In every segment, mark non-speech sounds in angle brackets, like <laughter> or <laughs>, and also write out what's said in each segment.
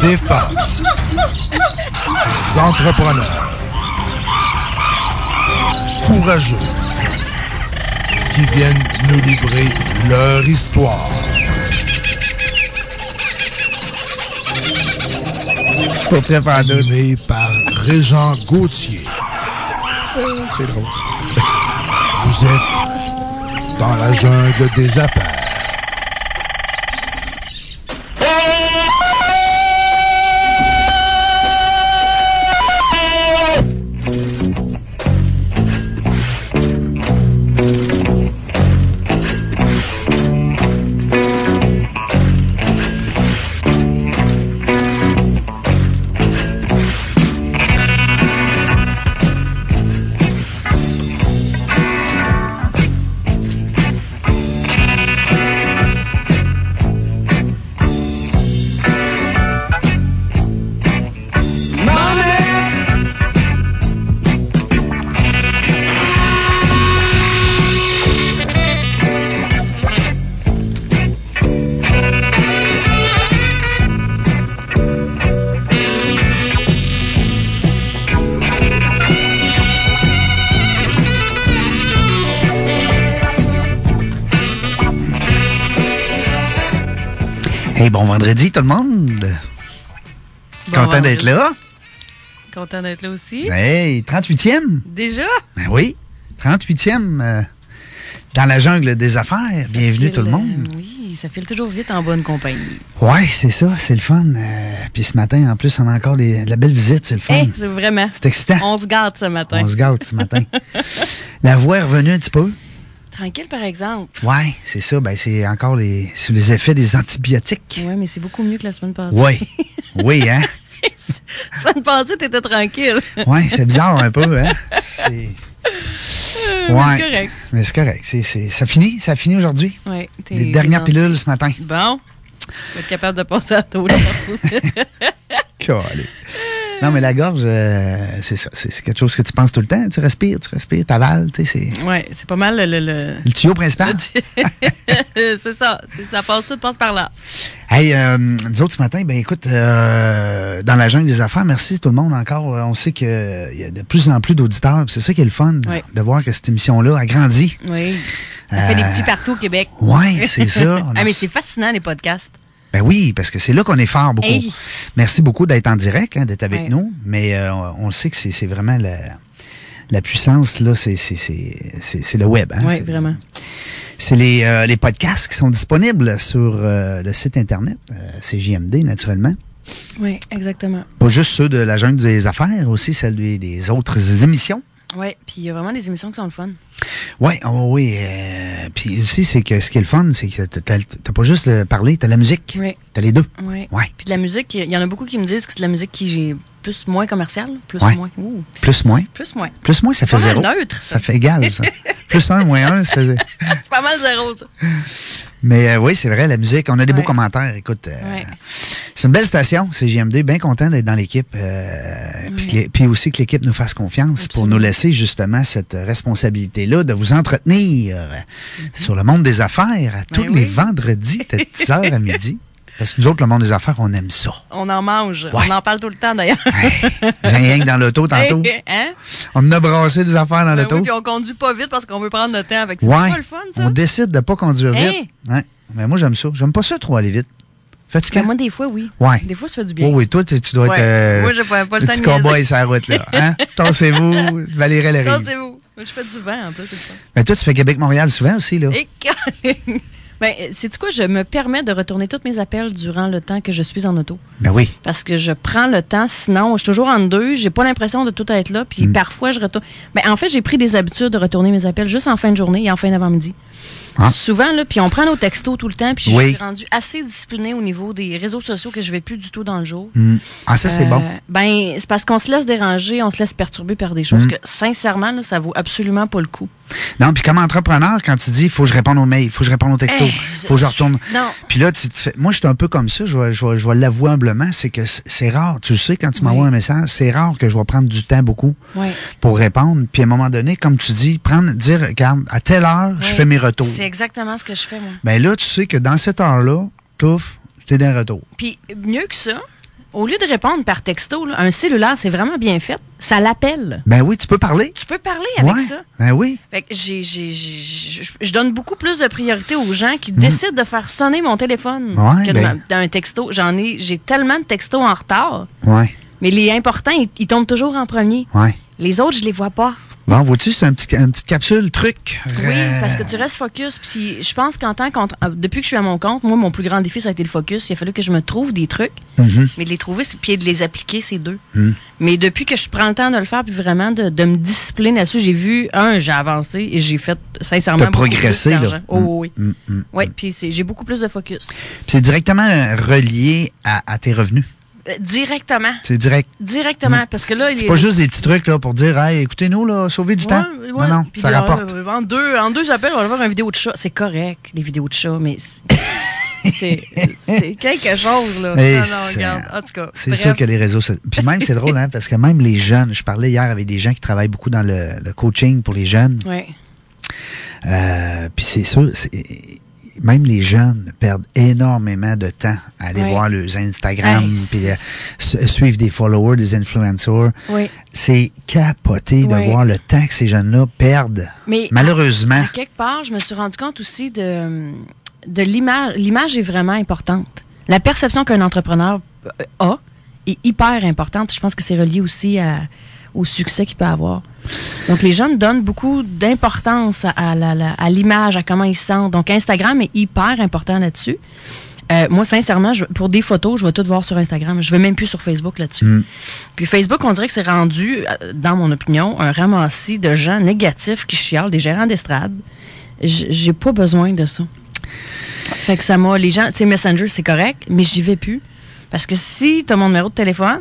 des femmes, des entrepreneurs, courageux, qui viennent nous livrer leur histoire. Je suis pas prêt à en deux. Animé par Régent Gauthier, C'est drôle. vous êtes dans la jungle des affaires. Hey, Eh, bon vendredi, tout le monde. Bon Content d'être vendredi. là. Ben, Content d'être là aussi. Hey, 38e. Déjà? Ben oui, 38e euh, dans la jungle des affaires. Bienvenue, Ça tout le file, monde. euh, oui, ça file toujours vite en bonne compagnie. Ouais, c'est ça, c'est le fun. Euh, Puis ce matin, en plus, on a encore des- de la belle visite, c'est le fun. Hey, Eh, c'est vraiment. C'est excitant. On se garde ce matin. On se gâte ce <laughs> matin. la voix est revenue un petit peu. Tranquille, par exemple. Ouais, c'est ça. Ben, c'est encore les, sous les effets des antibiotiques. Oui, mais c'est beaucoup mieux que la semaine passée. Ouais. Oui, hein? <laughs> la semaine passée, t'étais tranquille. Ouais, c'est bizarre un peu, hein? C'est. <laughs> c'est Ouais. correct. Mais c'est correct. C'est- c'est- ça finit, ça finit aujourd'hui. Ouais, t'es- Les dernières t'es gentil. pilules ce matin. Bon. On va être capable de passer à toi. là. Calé. Non, mais la gorge, euh, c'est ça. C'est c'est quelque chose que tu penses tout le temps. Tu respires, tu respires, t'avales, tu sais, c'est ouais, c'est pas mal le... le- le- <laughs> le tuyau principal. c'est ça. C'est- Ça passe tout, passe par là. <laughs> Hey, euh, nous autres, ce matin, ben écoute, euh, dans la jungle des affaires, merci tout le monde encore. Euh, On sait qu'il y a de plus en plus d'auditeurs. puis C'est ça qui est le fun, Ouais. de voir que cette émission-là a grandi. Oui. On fait des Euh, petits partout au Québec. Ouais, c'est ça. On a- <laughs> Ah, mais c'est fascinant, les podcasts. Ben oui, parce que c'est là qu'on est fort beaucoup. Hey. Merci beaucoup d'être en direct, hein, d'être avec Ouais. nous. Mais euh, on le sait que c'est c'est vraiment la, la puissance, là, c'est c'est- c'est- c'est- c'est le web. hein. Oui, C'est- vraiment. C'est les, euh, les podcasts qui sont disponibles sur euh, le site Internet, euh, CJMD, naturellement. Oui, exactement. Pas juste ceux de la jungle des affaires, aussi celles des, des autres émissions. Oui, puis il y a vraiment des émissions qui sont le fun. Ouais, oh oui. euh, puis aussi, c'est que ce qui est le fun, c'est que t'as- t'as t'as pas juste euh, parlé, t'as la musique. Oui. T'as les deux. Ouais. Ouais, Puis de la musique, il y en a beaucoup qui me disent que c'est de la musique qui j'ai plus moins commerciale, plus Ouais. moins. Ouh, plus moins. plus moins. Plus moins, ça fait Pas mal zéro. neutre, ça. Ça fait égal, ça. Plus un, moins un, ça faisait. C'est <laughs> pas mal zéro, ça. Mais euh, oui, c'est vrai, la musique, on a des beaux Ouais. commentaires. Écoute, euh, Ouais. c'est une belle station, c'est JMD. Bien content d'être dans l'équipe. euh, puis que les- Puis aussi que l'équipe nous fasse confiance pour Absolument. nous laisser justement cette responsabilité-là de vous entretenir euh, sur le monde des affaires à tous Mm-hmm. Ben les oui. vendredis <laughs> de 10h à midi. Parce que nous autres, le monde des affaires, on aime ça. On en mange. Ouais. On en parle tout le temps, d'ailleurs. J'ai rien que dans l'auto tantôt. <laughs> hein? On en a brassé des affaires dans Ben oui, l'auto. puis on conduit pas vite parce qu'on veut prendre notre temps. Fait que C'est Ouais. pas le fun, ça. Hein? On décide de pas conduire vite. Hey. Ouais. Mais moi, j'aime ça. J'aime pas ça trop aller vite. Mais Fatigant. Ben, moi, des fois, oui. Ouais. Des fois, ça fait du bien. Oh oui, toi, tu, tu dois Ouais. être. euh, Moi, j'ai pas, pas le le temps de petit niaiser. cowboy sur la route, là. <laughs> Hein? Tassez-vous, Valérie, elle Non, arrive. c'est vous. Moi, je fais du vent, en plus, c'est ça. Mais toi, tu fais Québec-Montréal souvent aussi, là. Et quand- <laughs> Ben, c'est quoi? Je me permets de retourner tous mes appels durant le temps que je suis en auto. Ben oui. parce que je prends le temps. Sinon, je suis toujours en deux. J'ai pas l'impression de tout être là. Puis Hmm. parfois, je retourne. Ben, en fait, j'ai pris des habitudes de retourner mes appels juste en fin de journée et en fin d'avant-midi. Ah. Souvent, là, puis on prend nos textos tout le temps. Puis Oui. je suis rendue assez disciplinée au niveau des réseaux sociaux que je vais plus du tout dans le jour. Hmm. Ah, ça, c'est Euh, bon. Ben, c'est parce qu'on se laisse déranger, on se laisse perturber par des Hmm. choses que, sincèrement, là, ça vaut absolument pas le coup. Non, puis comme entrepreneur, quand tu dis, faut que je réponde aux mails, faut que je réponde aux textos, Eh, faut que je retourne. Non. Puis là, tu te fais. Moi, je suis un peu comme ça, je vais, je vais- je vais l'avouer humblement, c'est que c'est- c'est rare. Tu le sais, quand tu m'envoies Oui. un message, c'est rare que je vais prendre du temps beaucoup Ouais. pour répondre. Puis à un moment donné, comme tu dis, prendre, dire, regarde, à telle heure, je Ouais. fais mes retours. C'est exactement ce que je fais, moi. Ben là, tu sais que dans cette heure-là, touf, t'es d'un retour. Puis mieux que ça, Au lieu de répondre par texto, là, un cellulaire, c'est vraiment bien fait. Ça l'appelle. Ben oui, tu peux parler. Tu peux parler avec Ouais, ça. Ben oui. Fait que j'ai, j'ai- j'ai- je- je donne beaucoup plus de priorité aux gens qui décident de faire sonner mon téléphone Hmm. Ouais, que ben- d'un texto. J'en ai, j'ai tellement de textos en retard, Ouais, mais les importants, ils, ils tombent toujours en premier. ouais. Les autres, je les vois pas. Bon, vois-tu, c'est un petit, une petite capsule truc. Oui, parce que tu restes focus. Puis je pense qu'en tant qu'entre- euh, depuis que je suis à mon compte, moi, mon plus grand défi, ça a été le focus. Il a fallu que je me trouve des trucs, Mhm. mais de les trouver, c'est- puis de les appliquer, c'est deux. Hmm. Mais depuis que je prends le temps de le faire, puis vraiment de, de me discipliner là-dessus, j'ai vu, un, j'ai avancé et j'ai fait sincèrement. T'as progressé, beaucoup là. plus d'argent. Oh, oui. Mm, mm. Oui, puis c'est- j'ai beaucoup plus de focus. Puis C'est directement euh, relié à, à tes revenus. Euh, Directement. C'est direct. Directement. Parce que là, il Hmm. C'est est- pas juste des petits trucs là, pour dire Hey, écoutez-nous, là, sauvez du Ouais, temps. ouais. Non, non, Puis ça là, rapporte. euh, en, deux, en deux appels, on va avoir une vidéo de chat. C'est correct, les vidéos de chat, mais <laughs> c'est- c'est c'est quelque chose, là. Et non, non, c'est- regarde. En tout cas, C'est bref. sûr que les réseaux sociaux. Puis même, c'est drôle, hein, parce que même les jeunes, je parlais hier avec des gens qui travaillent beaucoup dans le, le coaching pour les jeunes. Ouais. Euh, puis c'est sûr, c'est- même les jeunes perdent énormément de temps à aller Ouais. voir leurs Instagram, Hey, puis euh, c'est- su- suivre des followers, des influencers. Oui. C'est capoté de Ouais. voir le temps que ces jeunes-là perdent. Mais- <laughs> Malheureusement. À quelque part, je me suis rendu compte aussi de, de l'image. L'image est vraiment importante. La perception qu'un entrepreneur euh, a est hyper importante. Je pense que c'est relié aussi à- au succès qu'il peut avoir. Donc, les jeunes donnent beaucoup d'importance à- à la- la- à l'image, à comment ils se sentent. Donc, Instagram est hyper important là-dessus. Euh, moi, sincèrement, je- pour des photos, je vais tout voir sur Instagram. Je vais même plus sur Facebook là-dessus. Hmm. Puis Facebook, on dirait que c'est rendu, euh, dans mon opinion, un ramassis de gens négatifs qui chialent, des gérants d'estrade. J- J'ai pas besoin de ça. Fait que ça m'a. Les gens, tu sais, Messenger, c'est correct, mais j'y vais plus. Parce que si t'as mon numéro de téléphone,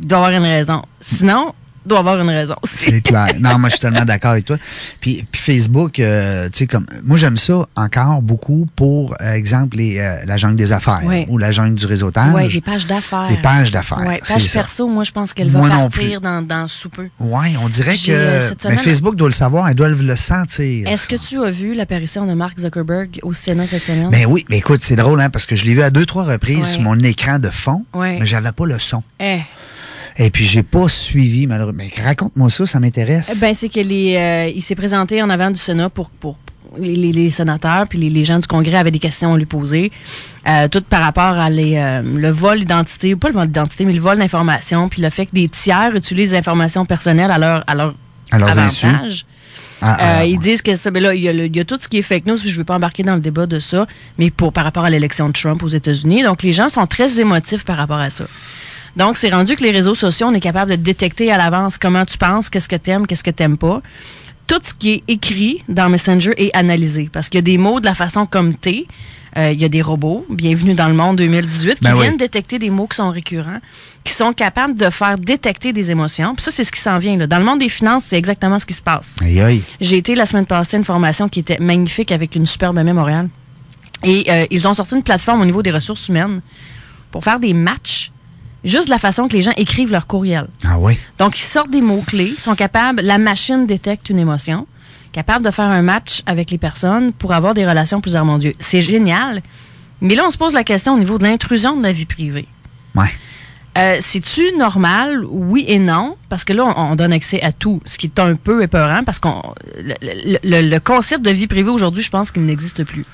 il doit y avoir une raison. Sinon, il doit y avoir une raison aussi. C'est clair. Non, moi, je suis tellement d'accord avec toi. Puis, puis Facebook, euh, tu sais, comme. Moi, j'aime ça encore beaucoup pour, euh, exemple, les, euh, la jungle des affaires Ouais. ou la jungle du réseautage. Ouais, des pages d'affaires. Des pages d'affaires, Ouais, c'est page ça. perso, moi, je pense qu'elle va Moi non plus. partir dans, dans sous peu. Ouais, on dirait J'ai, euh, que. cette Mais semaine- Facebook doit le savoir, elle doit le sentir. Est-ce que tu as vu l'apparition de Mark Zuckerberg au Sénat cette semaine? Ben oui, mais écoute, c'est drôle, hein, parce que je l'ai vu à deux, trois reprises Ouais. sur mon écran de fond, Ouais. mais j'avais pas le son. Eh. Et puis, j'ai pas suivi, malheureusement. Mais raconte-moi ça, ça m'intéresse. Ben, c'est que les, euh, il s'est présenté en avant du Sénat pour, pour les, les- les sénateurs, puis les, les gens du Congrès avaient des questions à lui poser, euh, tout par rapport à les, euh, le vol d'identité, pas le vol d'identité, mais le vol d'informations, puis le fait que des tiers utilisent des informations personnelles à leur, à leur À leurs insus. avantage. Ah, ah, ben, Euh, ils disent que ça, mais là, il y, a le- il y a tout ce qui est fake news, puis je ne veux pas embarquer dans le débat de ça, mais pour, par rapport à l'élection de Trump aux États-Unis. Donc, les gens sont très émotifs par rapport à ça. Donc, c'est rendu que les réseaux sociaux, on est capable de détecter à l'avance comment tu penses, qu'est-ce que t'aimes, qu'est-ce que t'aimes pas. Tout ce qui est écrit dans Messenger est analysé parce qu'il y a des mots de la façon comme t'es. Euh, Il y a des robots, bienvenue dans le monde 2018, qui Ben oui. viennent détecter des mots qui sont récurrents, qui sont capables de faire détecter des émotions. Puis ça, c'est ce qui s'en vient. Là. Dans le monde des finances, c'est exactement ce qui se passe. Aïe, aïe. J'ai été la semaine passée à une formation qui était magnifique avec une superbe mémorial. Montréal. Et euh, ils ont sorti une plateforme au niveau des ressources humaines pour faire des matchs, juste de la façon que les gens écrivent leur courriel. Ah oui. Donc, ils sortent des mots-clés, sont capables, la machine détecte une émotion, capable de faire un match avec les personnes pour avoir des relations plus harmonieuses. C'est génial. Mais là, on se pose la question au niveau de l'intrusion de la vie privée. Ouais. Euh, C'est-tu normal? Oui et non. Parce que là, on, on donne accès à tout, ce qui est un peu épeurant parce qu'on le, le- le- le concept de vie privée aujourd'hui, je pense qu'il n'existe plus.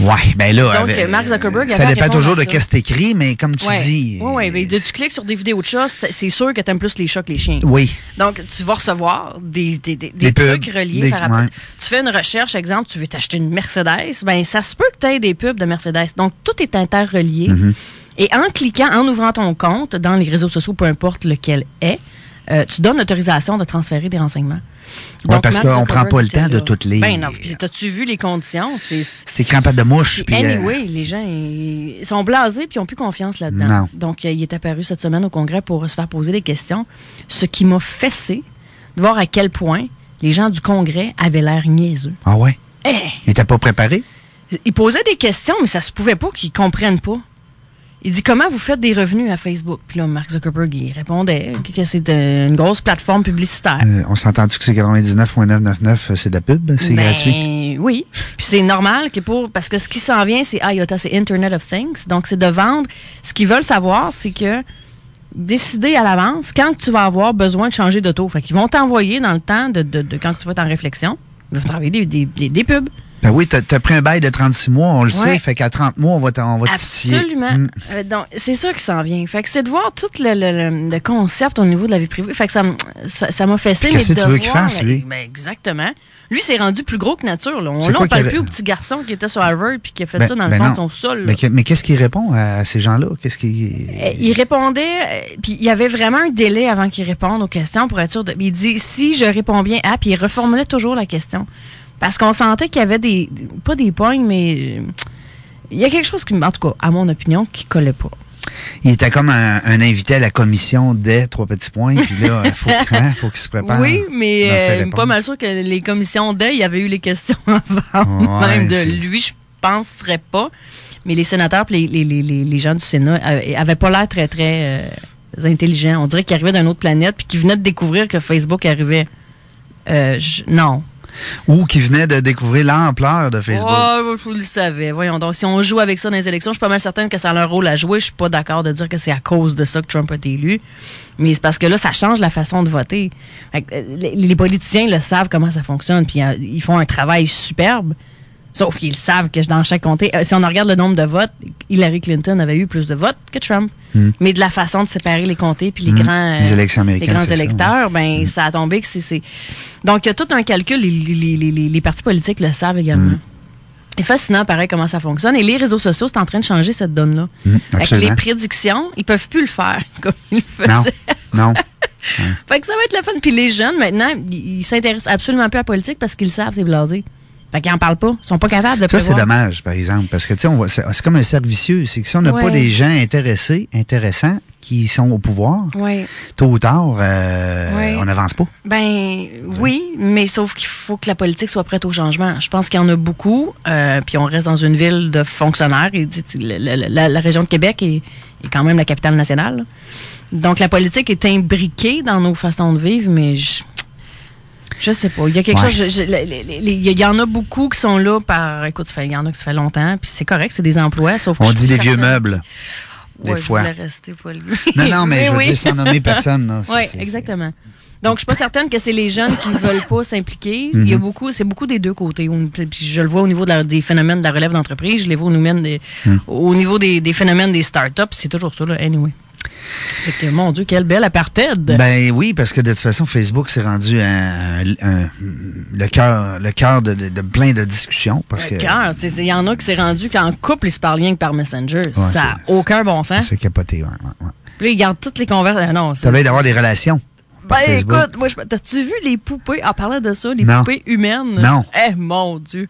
Ouais, ben là. Donc, euh, Mark Zuckerberg Ça avait à dépend répondre toujours à de ça. qu'est-ce que t'écris, mais comme tu dis. euh, Oui, oui. mais de- tu cliques sur des vidéos de chats, c'est- c'est sûr que t'aimes plus les chats que les chiens. Oui. Donc, tu vas recevoir des, des, des, Des des pubs, trucs reliés des- par rapport. ouais. Tu fais une recherche, exemple, tu veux t'acheter une Mercedes, ben ça se peut que tu aies des pubs de Mercedes. Donc, tout est interrelié. Mm-hmm. Et en cliquant, en ouvrant ton compte dans les réseaux sociaux, peu importe lequel est, euh, tu donnes l'autorisation de transférer des renseignements. Ouais, parce Mark qu'on Zuckerberg prend pas le était temps de là. toutes les- Ben non, puis t'as-tu vu les conditions? C'est... C'est crampade de mouche. Puis Puis, euh, anyway, les gens ils sont blasés puis ils n'ont plus confiance là-dedans. Non. Donc, euh, il est apparu cette semaine au Congrès pour euh, se faire poser des questions, ce qui m'a fessé de voir à quel point les gens du Congrès avaient l'air niaiseux. Ah ouais. Eh! Il était pas préparé? Ils posaient des questions, mais ça se pouvait pas qu'ils comprennent pas. Il dit comment vous faites des revenus à Facebook Puis là, Mark Zuckerberg, il répondait que c'est euh, une grosse plateforme publicitaire. Euh, on s'entend que c'est 99.999, euh, c'est de la pub, c'est Ben, gratuit. Oui. Puis c'est normal que pour. Parce que ce qui s'en vient, c'est ah, IOTA, c'est Internet of Things. Donc, c'est de vendre. Ce qu'ils veulent savoir, c'est que décider à l'avance quand tu vas avoir besoin de changer d'auto. Fait qu'ils vont t'envoyer dans le temps de, de- de quand tu vas être en réflexion. Ils vont travailler des, des, des- des pubs. Ben oui, t'as t'as pris un bail de 36 mois, on le sait, Ouais. fait qu'à 30 mois, on va, t'en- on va te titiller. Absolument. Mm. Euh, donc, c'est sûr qu'il s'en vient. Fait que c'est de voir tout le, le- le- le concept au niveau de la vie privée. Fait que ça m- ça ça m'a fessé. Puis mais qu'est-ce que de tu veux qu'il voir- fasse, lui? Ben, exactement. Lui, c'est rendu plus gros que nature. Là, on C'est là, quoi on qu'il parle avait- plus au petit garçon qui était sur Harvard puis qui a fait Ben- ça dans le ben fond non. de son sol. là. Mais, que- mais qu'est-ce qu'il répond à ces gens-là? Qu'est-ce qu'il. Euh, Il répondait, euh, puis il y avait vraiment un délai avant qu'il réponde aux questions pour être sûr de. Il dit si je réponds bien à, puis il reformulait toujours la question. Parce qu'on sentait qu'il y avait des. Pas des pognes, mais. euh, Il y a quelque chose qui, en tout cas, à mon opinion, qui collait pas. Il était comme un, un invité à la commission des trois petits points, puis là, il faut, hein, faut qu'il se prépare. Oui, mais dans ses euh, réponses. pas mal sûr que les commissions d'aide, il y avait eu les questions <laughs> avant Ouais, même c'est- de lui, je penserais pas. Mais les sénateurs puis les, les, les, les gens du Sénat euh, avaient pas l'air très, très euh, intelligents. On dirait qu'ils arrivaient d'une autre planète puis qu'ils venaient de découvrir que Facebook arrivait. Euh, je- non. Ou qui venait de découvrir l'ampleur de Facebook. Oh, je vous le savais. Voyons donc. Si on joue avec ça dans les élections, je suis pas mal certaine que ça a leur rôle à jouer. Je suis pas d'accord de dire que c'est à cause de ça que Trump a été élu. Mais c'est parce que là, ça change la façon de voter. Fait que, euh, les, les politiciens le savent comment ça fonctionne, puis euh, ils font un travail superbe. Sauf qu'ils savent que dans chaque comté, euh, si on regarde le nombre de votes, Hillary Clinton avait eu plus de votes que Trump. Mm. Mais de la façon de séparer les comtés puis les Mm. grands, euh, Les élections américaines, les c'est grands ça, Hmm. électeurs, ben ça a tombé que c'est- c'est. Donc il y a tout un calcul. Les, les- les- les- les partis politiques le savent également. Mm. C'est fascinant, pareil, comment ça fonctionne. Et les réseaux sociaux, c'est en train de changer cette donne-là. Mm, Avec les absolument. prédictions, ils peuvent plus le faire <laughs> comme ils le faisaient. Non. Non. Fait que ça va être le fun. Puis les jeunes, maintenant, ils ils s'intéressent absolument plus à la politique parce qu'ils le savent, c'est blasé. Fait qu'ils en parlent pas. Ils sont pas capables de Ça, c'est prévoir. dommage, par exemple, parce que, tu sais, on voit- c'est c'est comme un cercle vicieux. C'est que si on n'a pas Ouais. des gens intéressés, intéressants, qui sont au pouvoir, Ouais. tôt ou tard, euh, Ouais. on n'avance pas. Ben oui, mais sauf qu'il faut que la politique soit prête au changement. Je pense qu'il y en a beaucoup, euh, puis on reste dans une ville de fonctionnaires. Et, dit- la, la- la- la région de Québec est, est quand même la capitale nationale. Donc la politique est imbriquée dans nos façons de vivre, mais je, je sais pas. Il y a quelque Ouais. chose. je- je- les- les- les- il y en a beaucoup qui sont là par. Écoute, ça fait- il y en a qui ça fait longtemps, puis c'est correct, c'est des emplois. Sauf que On je dit suis des vieux certaine- meubles, des Ouais, fois. Je voulais rester polie. Non, non, <laughs> mais, je veux oui. dire, sans nommer personne. <laughs> là, c'est- Oui, c'est- exactement. Donc, je suis pas certaine que c'est les jeunes qui ne veulent pas s'impliquer. Il y Mm-hmm. a beaucoup, c'est beaucoup des deux côtés. On- Puis je le vois au niveau de la- des phénomènes de la relève d'entreprise, je les vois au niveau des, Mm. au niveau des, des phénomènes des startups. C'est toujours ça, là, anyway. Fait que, mon Dieu, quelle belle apartheid! Euh, Ben oui, parce que de toute façon, Facebook s'est rendu un- un- un- le cœur le cœur de, de- de plein de discussions. Parce Le que cœur, c'est- c'est- il y en a qui s'est rendu qu'en couple, ils se parlent rien que par Messenger. Ouais, ça n'a c'est- aucun bon sens. c'est capoté. Ouais, ouais, ouais. Puis là, ils gardent toutes les conversations. Non, c'est- Ça va être d'avoir des relations. par Ben Facebook. écoute, moi, je... t'as-tu vu les poupées, en parlant de ça, les Non. poupées humaines? Non. Eh mon Dieu.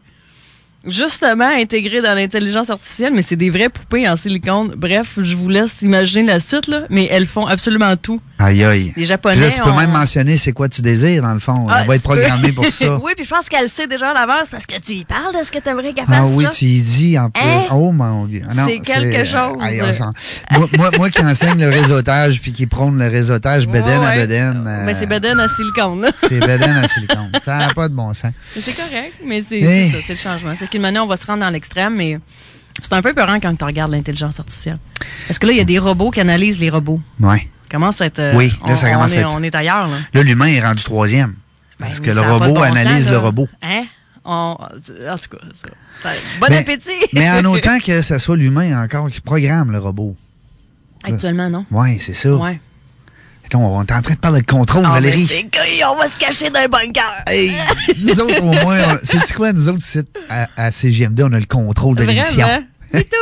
Justement intégrées dans l'intelligence artificielle, mais c'est des vraies poupées en silicone. Bref, je vous laisse imaginer la suite, là, mais elles font absolument tout. Aïe, aïe. Les Puis Japonais. là, tu peux ont- même mentionner c'est quoi tu désires, dans le fond. Ah, Elle va être tu peux. programmée <laughs> pour ça. oui, puis je pense qu'elle sait déjà à l'avance parce que tu y parles de ce que t'aimerais qu'elle fasse. Ah oui, ça. tu y dis en plus. Hein? Oh mon Dieu. Ah non, C'est quelque chose. aïe, on s'en- moi, moi, moi qui enseigne le réseautage puis qui prône le réseautage Ouais, beden à ouais. Oh, beden. euh, Mais Ben, c'est Beden en silicone, là. C'est beden à silicone. Ça n'a pas de bon sens. Mais C'est correct, mais c'est Hey. c'est ça, c'est le changement. C'est qu'une manière, on va se rendre dans l'extrême, mais c'est un peu peurant quand tu regardes l'intelligence artificielle. Parce que là, il y a des robots qui analysent les robots. Ouais. commence à être. euh, Oui, là, on, ça on commence à est, être- on est ailleurs, là. Là, l'humain est rendu troisième. Ben, parce mais que le ça a pas de robot bon analyse sens, le là. robot. Hein? On- en tout cas, ça. Ben, Bon Mais- appétit! Mais <laughs> en autant que ce soit l'humain encore qui programme le robot. Actuellement, non? Oui, c'est ça. Ouais. Là, on est en train de parler de contrôle, Ah, mais Oh, Valérie. c'est cool, on va se cacher d'un bunker! Hey, nous autres, au moins, on- c'est-tu quoi, nous autres, ici, à, à CGMD, on a le contrôle de l'émission. Vraiment? C'est tout!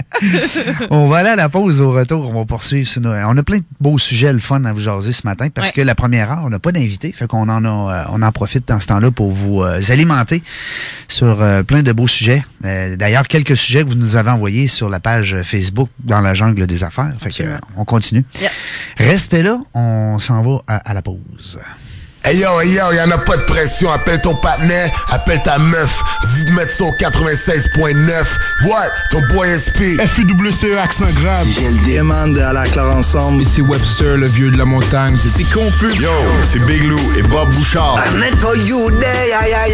<laughs> On va aller à la pause au retour. On va poursuivre. sur nos- On a plein de beaux sujets, le fun à vous jaser ce matin parce Ouais. que la première heure, on n'a pas d'invité. Fait qu'on en a, euh, on en profite dans ce temps-là pour vous euh, alimenter sur euh, plein de beaux sujets. Euh, D'ailleurs, quelques sujets que vous nous avez envoyés sur la page euh, Facebook dans la jungle des affaires. Fait que, Absolument. euh, on continue. Yes. Restez là. On s'en va à- à la pause. Hey yo, hey yo, y'en a pas de pression. Appelle ton partenaire, appelle ta meuf. Vous mettez ça au 96.9. What? Ton boy SP. FUWCE accent grave. J'ai demande à la claire ensemble. Ici Webster, le vieux de la montagne. C'est confus. Yo, c'est Big Lou et Bob Bouchard. S-O-U-L-D-I-A.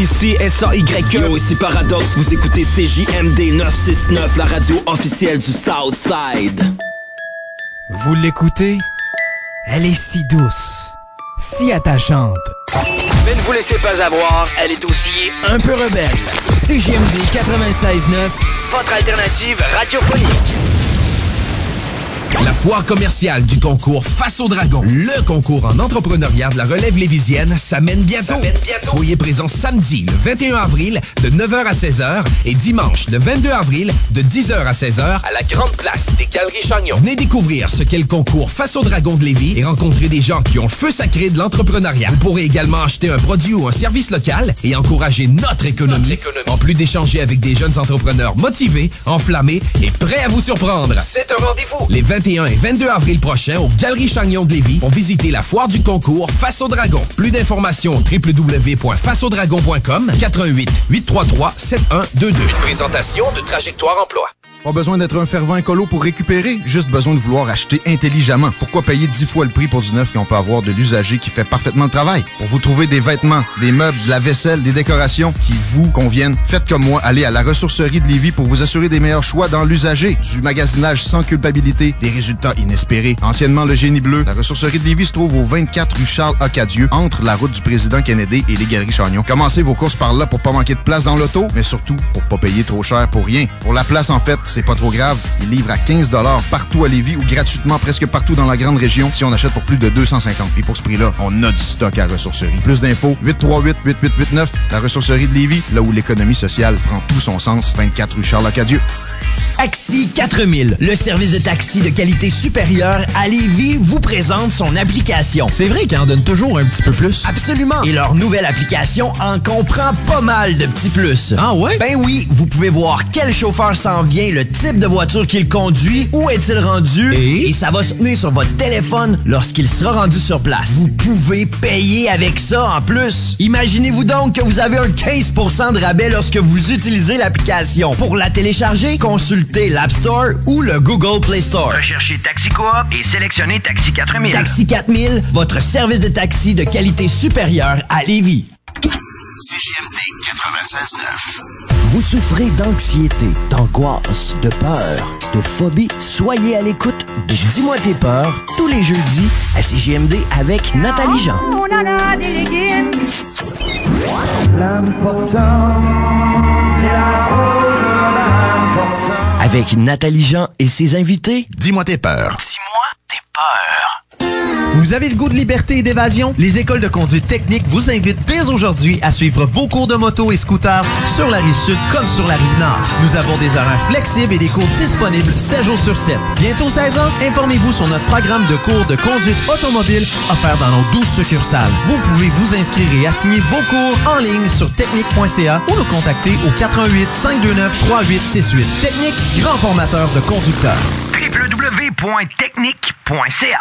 Ici S-A-Y-E. Ah. Yo, ici Paradox. Vous écoutez CJMD 969, la radio officielle du Southside. Vous l'écoutez? Elle est si douce, si attachante. Mais ne vous laissez pas avoir, elle est aussi un peu rebelle. CGMD 96.9, votre alternative radiophonique. La foire commerciale du concours Face au Dragon, le concours en entrepreneuriat de la relève lévisienne, s'amène bientôt. bientôt. Soyez présents samedi, le 21 avril, de 9h à 16h, et dimanche, le 22 avril, de 10h à 16h, à la grande place des Galeries Chagnon. Venez découvrir ce qu'est le concours Face au Dragon de Lévis et rencontrer des gens qui ont le feu sacré de l'entrepreneuriat. Vous pourrez également acheter un produit ou un service local et encourager notre économie, notre économie. en plus d'échanger avec des jeunes entrepreneurs motivés, enflammés et prêts à vous surprendre. C'est un rendez-vous les 21 et 22 avril prochains aux Galeries Chagnon de Lévis pour visiter la foire du concours Face au Dragon. Plus d'informations www.faceaudragon.com 88 833 7122. Une présentation de trajectoire emploi. Pas besoin d'être un fervent écolo pour récupérer, juste besoin de vouloir acheter intelligemment. Pourquoi payer 10 fois le prix pour du neuf quand on peut avoir de l'usager qui fait parfaitement le travail? Pour vous trouver des vêtements, des meubles, de la vaisselle, des décorations qui vous conviennent, faites comme moi, allez à la ressourcerie de Lévis pour vous assurer des meilleurs choix dans l'usager, du magasinage sans culpabilité, des résultats inespérés. Anciennement le génie bleu, la ressourcerie de Lévis se trouve au 24 rue Charles Acadieux, entre la route du président Kennedy et les galeries Chagnon. Commencez vos courses par là pour pas manquer de place dans l'auto, mais surtout pour pas payer trop cher pour rien. Pour la place en fait, c'est pas trop grave. Ils livrent à 15 partout à Lévis ou gratuitement presque partout dans la grande région si on achète pour plus de 250. Et pour ce prix-là, on a du stock à ressourcerie. Plus d'infos, 838-8889, la ressourcerie de Lévis, là où l'économie sociale prend tout son sens. 24 rue Charles-Acadieux. Axi 4000, le service de taxi de qualité supérieure à Lévis, vous présente son application. C'est vrai qu'il en donne toujours un petit peu plus. Absolument. Et leur nouvelle application en comprend pas mal de petits plus. Ah ouais? Ben oui, vous pouvez voir quel chauffeur s'en vient, le type de voiture qu'il conduit, où est-il rendu, et, et ça va se tenir sur votre téléphone lorsqu'il sera rendu sur place. Vous pouvez payer avec ça en plus. Imaginez-vous donc que vous avez un 15% de rabais lorsque vous utilisez l'application. Pour la télécharger, consultez l'App Store ou le Google Play Store. Recherchez Taxi Coop et sélectionnez Taxi 4000. Taxi 4000, votre service de taxi de qualité supérieure à Lévis. CGMD 96.9. Vous souffrez d'anxiété, d'angoisse, de peur, de phobie? Soyez à l'écoute de Dis-moi tes peurs tous les jeudis à CGMD avec Nathalie Jean. On en a des légumes. L'important, c'est la rose, Avec Nathalie Jean et ses invités, Dis-moi tes peurs. Dis-moi tes peurs. Vous avez le goût de liberté et d'évasion? Les écoles de conduite technique vous invitent dès aujourd'hui à suivre vos cours de moto et scooter sur la rive sud comme sur la rive nord. Nous avons des horaires flexibles et des cours disponibles 7 jours sur 7. Bientôt 16 ans, informez-vous sur notre programme de cours de conduite automobile offert dans nos 12 succursales. Vous pouvez vous inscrire et assigner vos cours en ligne sur technique.ca ou nous contacter au 88 529 3868. Technique, grand formateur de conducteurs. www.technique.ca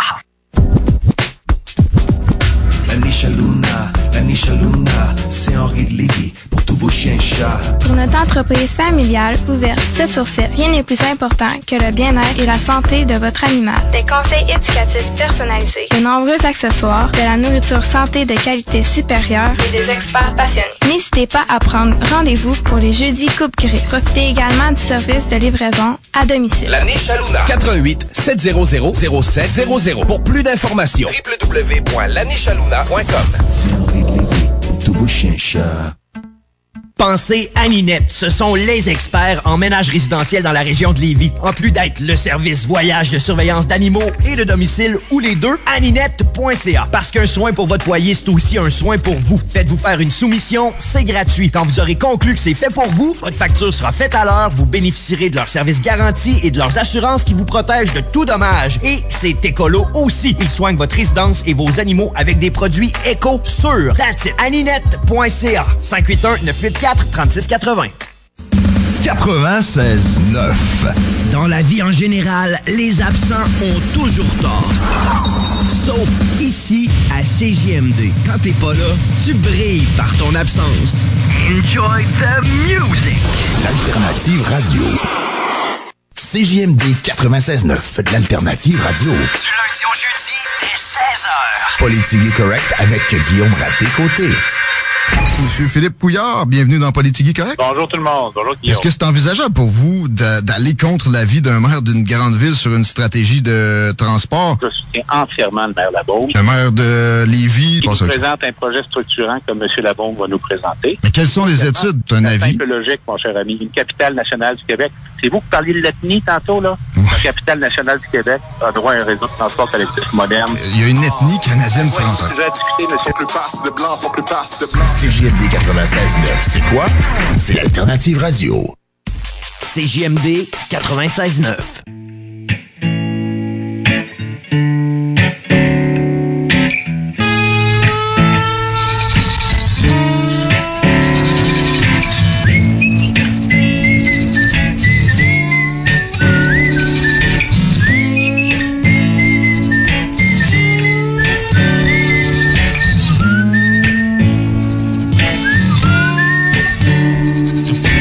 La Nisha Luna, la Nisha Luna, c'est Henri de Lévis pour tous vos chiens et chats. Pour notre entreprise familiale ouverte 7 sur 7, rien n'est plus important que le bien-être et la santé de votre animal. Des conseils éducatifs personnalisés, de nombreux accessoires, de la nourriture santé de qualité supérieure et des experts passionnés. N'hésitez pas à prendre rendez-vous pour les jeudis Coupe Gris. Profitez également du service de livraison à domicile. La Nisha Luna, 88 700 0700 pour plus d'informations. www.lanichaluna.com C'est Henri de Lévis pour tous vos chiens et chats. Pensez à Ninette. Ce sont les experts en ménage résidentiel dans la région de Lévis. En plus d'être le service voyage de surveillance d'animaux et de domicile ou les deux, aninette.ca. Parce qu'un soin pour votre foyer, c'est aussi un soin pour vous. Faites-vous faire une soumission, c'est gratuit. Quand vous aurez conclu que c'est fait pour vous, votre facture sera faite à l'heure, vous bénéficierez de leurs services garantis et de leurs assurances qui vous protègent de tout dommage. Et c'est écolo aussi. Ils soignent votre résidence et vos animaux avec des produits éco sûrs. That's it. aninette.ca. 581 984 3680. 96.9. Dans la vie en général, les absents ont toujours tort. Sauf ici, à CJMD. Quand t'es pas là, tu brilles par ton absence. Enjoy the music. L'alternative radio. CJMD 96.9. L'alternative Du radio. lundi au jeudi, dès 16h. Politique correct avec Guillaume Raté-Côté. Monsieur Philippe Pouillard, bienvenue dans Politique Correct. Bonjour tout le monde. Bonjour Guillaume. Est-ce que c'est envisageable pour vous d'aller contre l'avis d'un maire d'une grande ville sur une stratégie de transport? Je soutiens entièrement le maire Labaume. Le maire de Lévis. Il nous présente un projet structurant que M. Labaume va nous présenter. Mais quelles sont les études, un avis? C'est logique, mon cher ami. Une capitale nationale du Québec. C'est vous qui parliez de l'ethnie tantôt, là? La capitale nationale du Québec a droit à un réseau de transport collectif moderne. Il y a une ethnie canadienne-française. déjà discuté, monsieur. Plus passe de blanc, pour plus passe de blanc. CJMD 96.9, c'est quoi? C'est l'alternative radio. CJMD 96.9.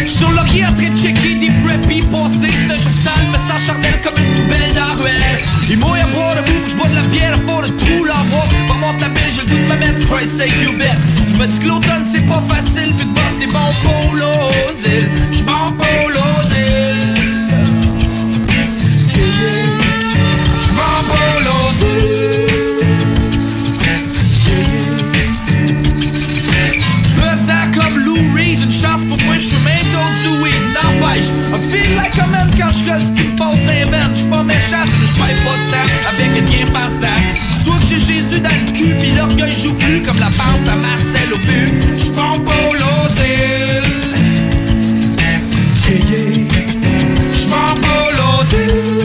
Sur le qui en train de checker des vrais people C'est ce jour sale me s'acharnelle comme une poubelle dans la ruelle Ils m'ont à boire debout que je bois de la bière Faut de tout la rose Par contre la belle j'ai le goût de me mettre Try say you bet Je me dis que l'automne c'est pas facile Puis de boire des bons polos îles Je m'en polos îles Je m'en polos Pesant comme Lou Reed, une chance pour moi, je suis même Joe Dewey, n'empêche. I feel like a man quand je fais ce qui me passe des mains. Je suis pas méchant, mais je paye pas de temps avec un bien passant. Toi que j'ai Jésus dans le cul, pis l'orgueil joue plus comme la pince à Marcel au but. Je prends pour l'osile. Yeah, yeah. Je prends pour l'osile.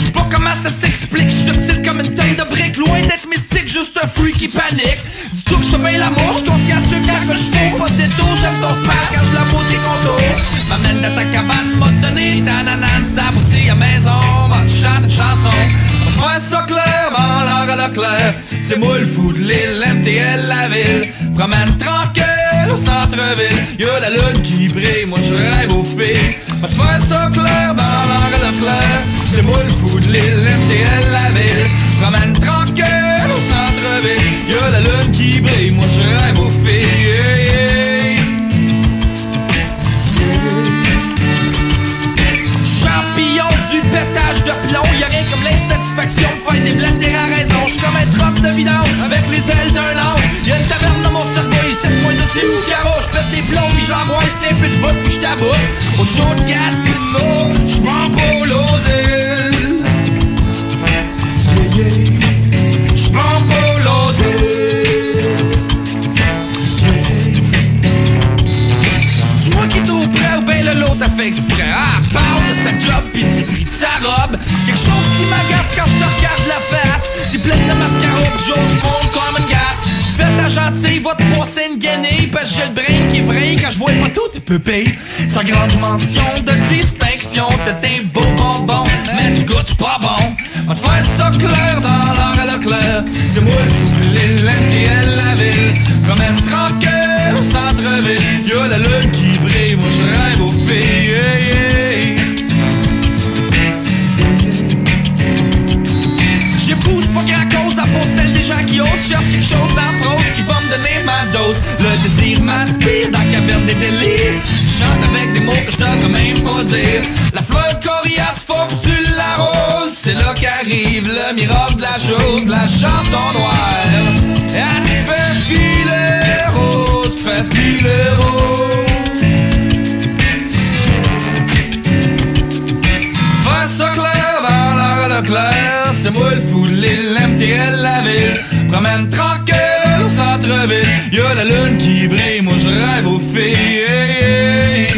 J'sais pas comment ça s'explique, j'suis subtil comme une tonne de briques, loin d'être mystique, juste un fruit qui panique. Du tout que je bien l'amour, j'suis conscient ce car que j'fais, pas de détour, j'aime ton smile quand la peau tes contours. M'amène dans ta cabane, m'a donné ta nanane, c'est ta boutique à maison, m'a chante une chanson. Moi ça clairement, l'heure à la claire, c'est moi le fou de l'île, MTL la ville. Promène tranquille au centre-ville, y'a la lune qui brille, moi je rêve aux filles. Moi ça clairement, l'heure à la claire, c'est moi le fou de l'île, MTL la ville. Promène tranquille au centre-ville, y'a la lune qui brille, moi je rêve aux filles. Yeah, yeah. Champignon du pétage de plomb, y'a rien comme l'insatisfaction de faire des blagues des rares raisons. J'suis comme un troc de vidange avec les ailes d'un ange. Y'a une taverne dans mon cerveau, il 7 moins 10 des bouts carreaux. J'pète des plombs, pis j'envoie un simple de bout, pis j'taboute. Au chaud de Gatineau, j'm'en pôle aux îles. Yeah, yeah. J'm'en pôle aux îles. Yeah, yeah. C'est Toi qui t'ouvres ou ben le l'autre a fait exprès Ah, elle parle de sa job pis du prix de sa robe Quelque chose qui m'agace quand je te regarde la face T'es pleine de mascara pis j'ose prendre comme une gasse Fais ta gentille, va te passer une guenille Parce que j'ai le brain qui est vrai quand je vois pas tout tes pupilles Sans grande mention de distinction de tes beaux bonbons Mais tu goûtes pas bon On te fait ça clair dans l'heure à la claire C'est moi le fou de l'île, MTL la ville Promène tranquille au centre-ville Y'a la lune qui brille, moi je rêve aux filles yeah, yeah. J'épouse pas grand cause à fond celle des gens qui osent Cherche quelque chose dans la prose qui va me donner ma dose Le désir m'inspire dans la caverne des délires Je Chante avec des mots que je devrais même pas dire La fleur coriace faut que tu l'arroses C'est là qu'arrive le miracle de la chose La chanson noire Elle te fait filer rose, te fait filer rose Faire ça clair dans l'heure à clair, c'est moi le fou de l'île, MTL la ville. Promène tranquille au centre-ville, y'a la lune qui brille, moi je rêve aux filles. Yeah, yeah.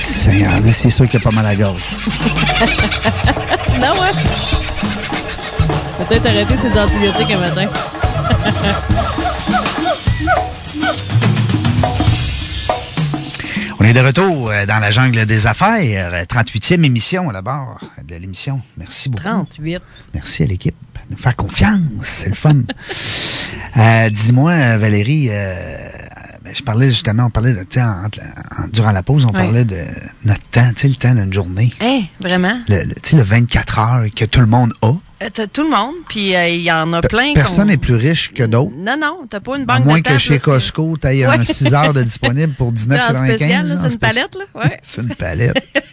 Seigneur, là, c'est sûr qu'il y a pas mal à gauche. non, ouais. Peut-être arrêter ses antibiotiques un matin. On est de retour euh, dans la jungle des affaires, euh, 38e émission à la barre de l'émission. Merci beaucoup. 38. Merci à l'équipe de nous faire confiance, c'est le <laughs> fun. Euh, Dis-moi, Valérie, euh, ben, je parlais justement, on parlait de, tu sais, en- en- en- durant la pause, on Ouais. parlait de notre temps, tu sais, le temps d'une journée. Eh, vraiment? Le, le- tu sais, le 24 heures que tout le monde a. Euh, T'as tout le monde, puis euh, il y en a Pe- plein. Personne qu'on- n'est plus riche que d'autres. Non, non, t'as pas une À banque moins de que table, chez là, Costco, tu aies Ouais. un 6 heures de disponible <laughs> pour En 19,95. spécial, là, en c'est une spécial. palette, là. <laughs> Ouais. C'est une palette.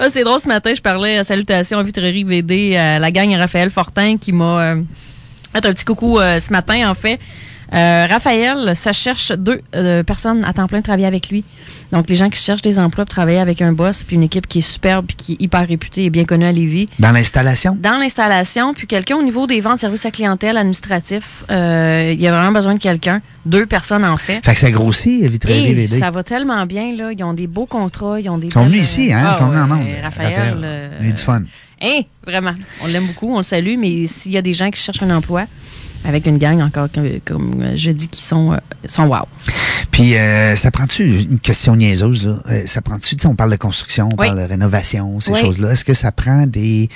Ah, c'est drôle, ce matin, je parlais euh, salutations à Vitrerie VD, à euh, la gang à Raphaël Fortin qui m'a euh, fait un petit coucou euh, ce matin, en fait. Euh, Raphaël se cherche deux euh, personnes à temps plein de travailler avec lui. Donc, les gens qui cherchent des emplois pour travailler avec un boss, puis une équipe qui est superbe, puis qui est hyper réputée et bien connue à Lévis. Dans l'installation? Dans l'installation, puis quelqu'un au niveau des ventes, services à clientèle, administratif, euh, il y a vraiment besoin de quelqu'un. Deux personnes, en fait. Fait que ça grossit, Vitrerie Et VD. ça va tellement bien, là. Ils ont des beaux contrats, ils ont des. Ils sont belles, venus ici, hein? ah ils sont venus en ouais, nombre. Raphaël. euh, Il a du fun. hein, vraiment. On l'aime beaucoup, on le salue, mais s'il y a des gens qui cherchent un emploi, avec une gang encore, comme, comme, euh, je dis, qui sont, euh, sont wow. Puis, euh, ça prend-tu, une question niaiseuse, là, euh, ça prend-tu, tu sais, on parle de construction, on Oui. parle de rénovation, ces Oui. choses-là. Est-ce que ça prend des,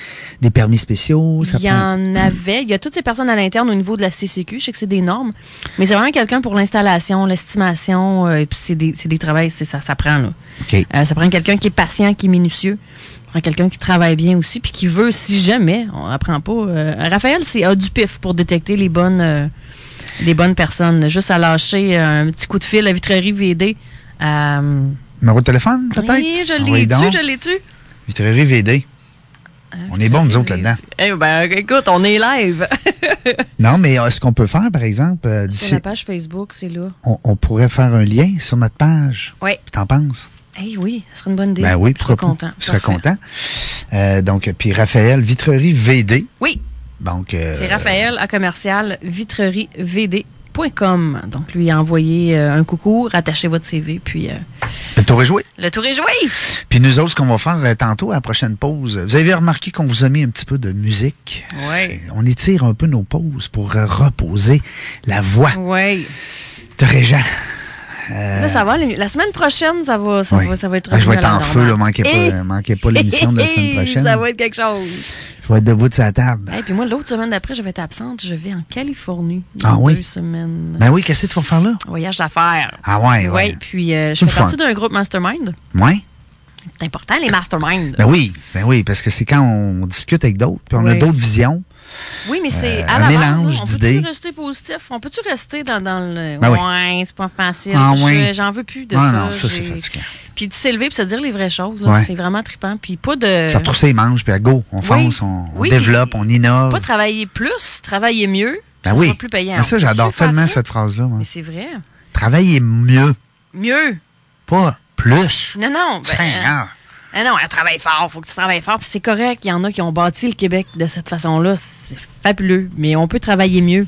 des permis spéciaux? Ça Il y prend... en avait. Il y a toutes ces personnes à l'interne au niveau de la CCQ. Je sais que c'est des normes, mais c'est vraiment quelqu'un pour l'installation, l'estimation, euh, et puis c'est des, c'est des travails, c'est ça, ça prend, là. OK. Euh, ça prend quelqu'un qui est patient, qui est minutieux. Ça prend quelqu'un qui travaille bien aussi, puis qui veut, si jamais, on apprend pas. euh, Raphaël, c'est a du pif pour détecter les bonnes, euh, les bonnes personnes. Juste à lâcher euh, un petit coup de fil à Vitrerie VD. Euh, Numéro de téléphone, peut-être? oui, je l'ai Envoyez donc. tu, je Ah, l'ai tu. Vitrerie VD. on est bons, nous autres, là-dedans. Eh ben, écoute, on est live. Non, mais euh, ce qu'on peut faire, par exemple, euh, Sur d'ici, la page Facebook, c'est là. on, on pourrait faire un lien sur notre page. Oui. T'en penses? Eh oui, ça serait une bonne idée. Ben oui, je serais pourquoi pas? content. Je serais Parfait. content. Euh, donc, puis Raphaël, Vitrerie VD. Oui, Donc, euh, c'est Raphaël à commercial vitrerievd.com. Donc, lui, envoyez euh, un coucou, rattachez votre CV, puis euh, le tour est joué. le tour est joué! Puis nous autres, ce qu'on va faire euh, tantôt à la prochaine pause, vous avez remarqué qu'on vous a mis un petit peu de musique. Ouais. On étire un peu nos pauses pour euh, reposer la voix Oui. de Régent. Euh, Là, ça va. les- La semaine prochaine, ça va, ça oui. va, ça va être Ah, je vais revenu être à la en feu, là, normale. manquez pas, Eh! euh, manquez pas l'émission de la semaine prochaine. <laughs> Ah. ça va être quelque chose. Je vais être debout de sa table. Et puis moi, l'autre semaine d'après, je vais être absente. Je vais en Californie. Ah Dans oui? Deux semaines. Ben oui, qu'est-ce que tu vas faire là? Voyage d'affaires. Ah ouais, ouais. Oui, puis euh, je C'est fais le fun. partie d'un groupe mastermind. Ouais? C'est important, les masterminds. Ben oui, ben oui, parce que c'est quand on discute avec d'autres, puis on a Oui. d'autres visions. Oui, mais c'est Euh, à un la mélange base, là, on d'idées. peut-tu rester positif? On peut-tu rester dans, dans le Ben oui. ouais, c'est pas facile. Ah Je- oui. J'en veux plus de Ah ça. non, ça, c'est j'ai- fatigant. Puis de s'élever et se dire les vraies choses, là, Ouais. c'est vraiment trippant. Puis pas de. Je retrouve ses manches, puis à go, on fonce, on, on euh, Oui, développe, puis- on innove. Pas travailler plus, travailler mieux. ben ça oui. sera plus payant. Mais ça, j'adore Peux-tu faire tellement ça? cette phrase-là. moi. hein. Mais c'est vrai. Travailler mieux, Mieux. pas plus. Non, non. Ben, Seigneur. euh, euh, non, elle travaille fort, faut que tu travailles fort. Puis c'est correct. Il y en a qui ont bâti le Québec de cette façon-là. C'est fabuleux. Mais on peut travailler mieux.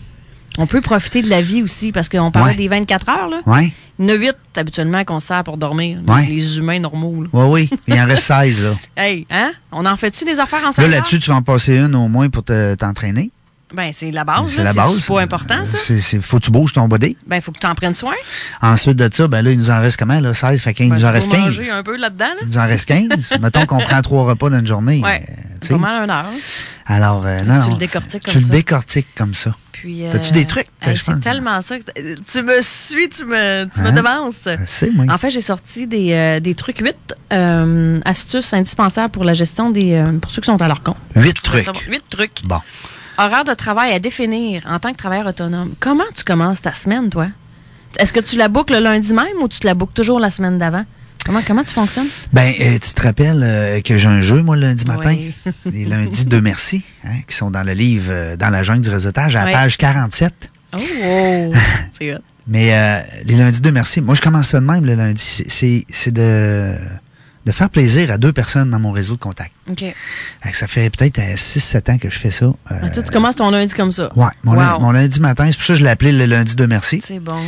On peut profiter de la vie aussi, parce qu'on parlait Ouais. des 24 heures, là. Ouais. Il y en a 8 habituellement qu'on sert pour dormir. Ouais. Les humains normaux, là. Oui, oui. Il en reste 16, <laughs> là. Hey, hein? On en fait-tu des affaires ensemble? Là, là-dessus, tu vas en passer une au moins pour te- t'entraîner. Ben, c'est la base, C'est la là. base. Euh, C'est pas important, ça. C'est, c'est- faut que tu bouges ton body. Ben, faut que tu en prennes soin. Ensuite de ça, ben là, il nous en reste comment, là? 16, fait 15, Ben, il nous en tu reste vas 15. manger un peu là-dedans, là. Il nous en reste <laughs> 15. Mettons qu'on prend trois repas dans une journée. euh, Ouais. tu sais. Pas mal un heure. là. Alors, euh, non, Tu le non, décortiques tu comme le ça. décortiques comme ça. Puis, euh, T'as-tu des trucs? hey, Je pense- c'est tellement ça. que- euh, Tu me suis, tu me, tu me Hein? devances. C'est moi. En fait, j'ai sorti des, euh, des trucs 8 astuces indispensables pour la gestion des. euh, pour ceux qui sont à leur compte. Huit trucs. 8 trucs. Bon. Horaire de travail à définir en tant que travailleur autonome. Comment tu commences ta semaine, toi? Est-ce que tu la boucles le lundi même ou tu te la boucles toujours la semaine d'avant? Comment, comment tu fonctionnes? Ben, euh, tu te rappelles euh, que j'ai un jeu, moi, lundi matin. <laughs> Oui. Les lundis de merci, hein, qui sont dans le livre euh, Dans la jungle du réseautage, à la Oui. page 47. Oh, wow. c'est hot. Mais euh, les lundis de merci, moi, je commence ça de même le lundi. C'est- C'est c'est de, de faire plaisir à deux personnes dans mon réseau de contact. <laughs> OK. Fait que ça fait peut-être 6-7 ans que je fais ça. euh, Ah, toi, tu commences ton lundi comme ça. Ouais, mon, Wow. lundi, mon lundi matin, c'est pour ça que je l'ai appelé le lundi de merci. C'est bon.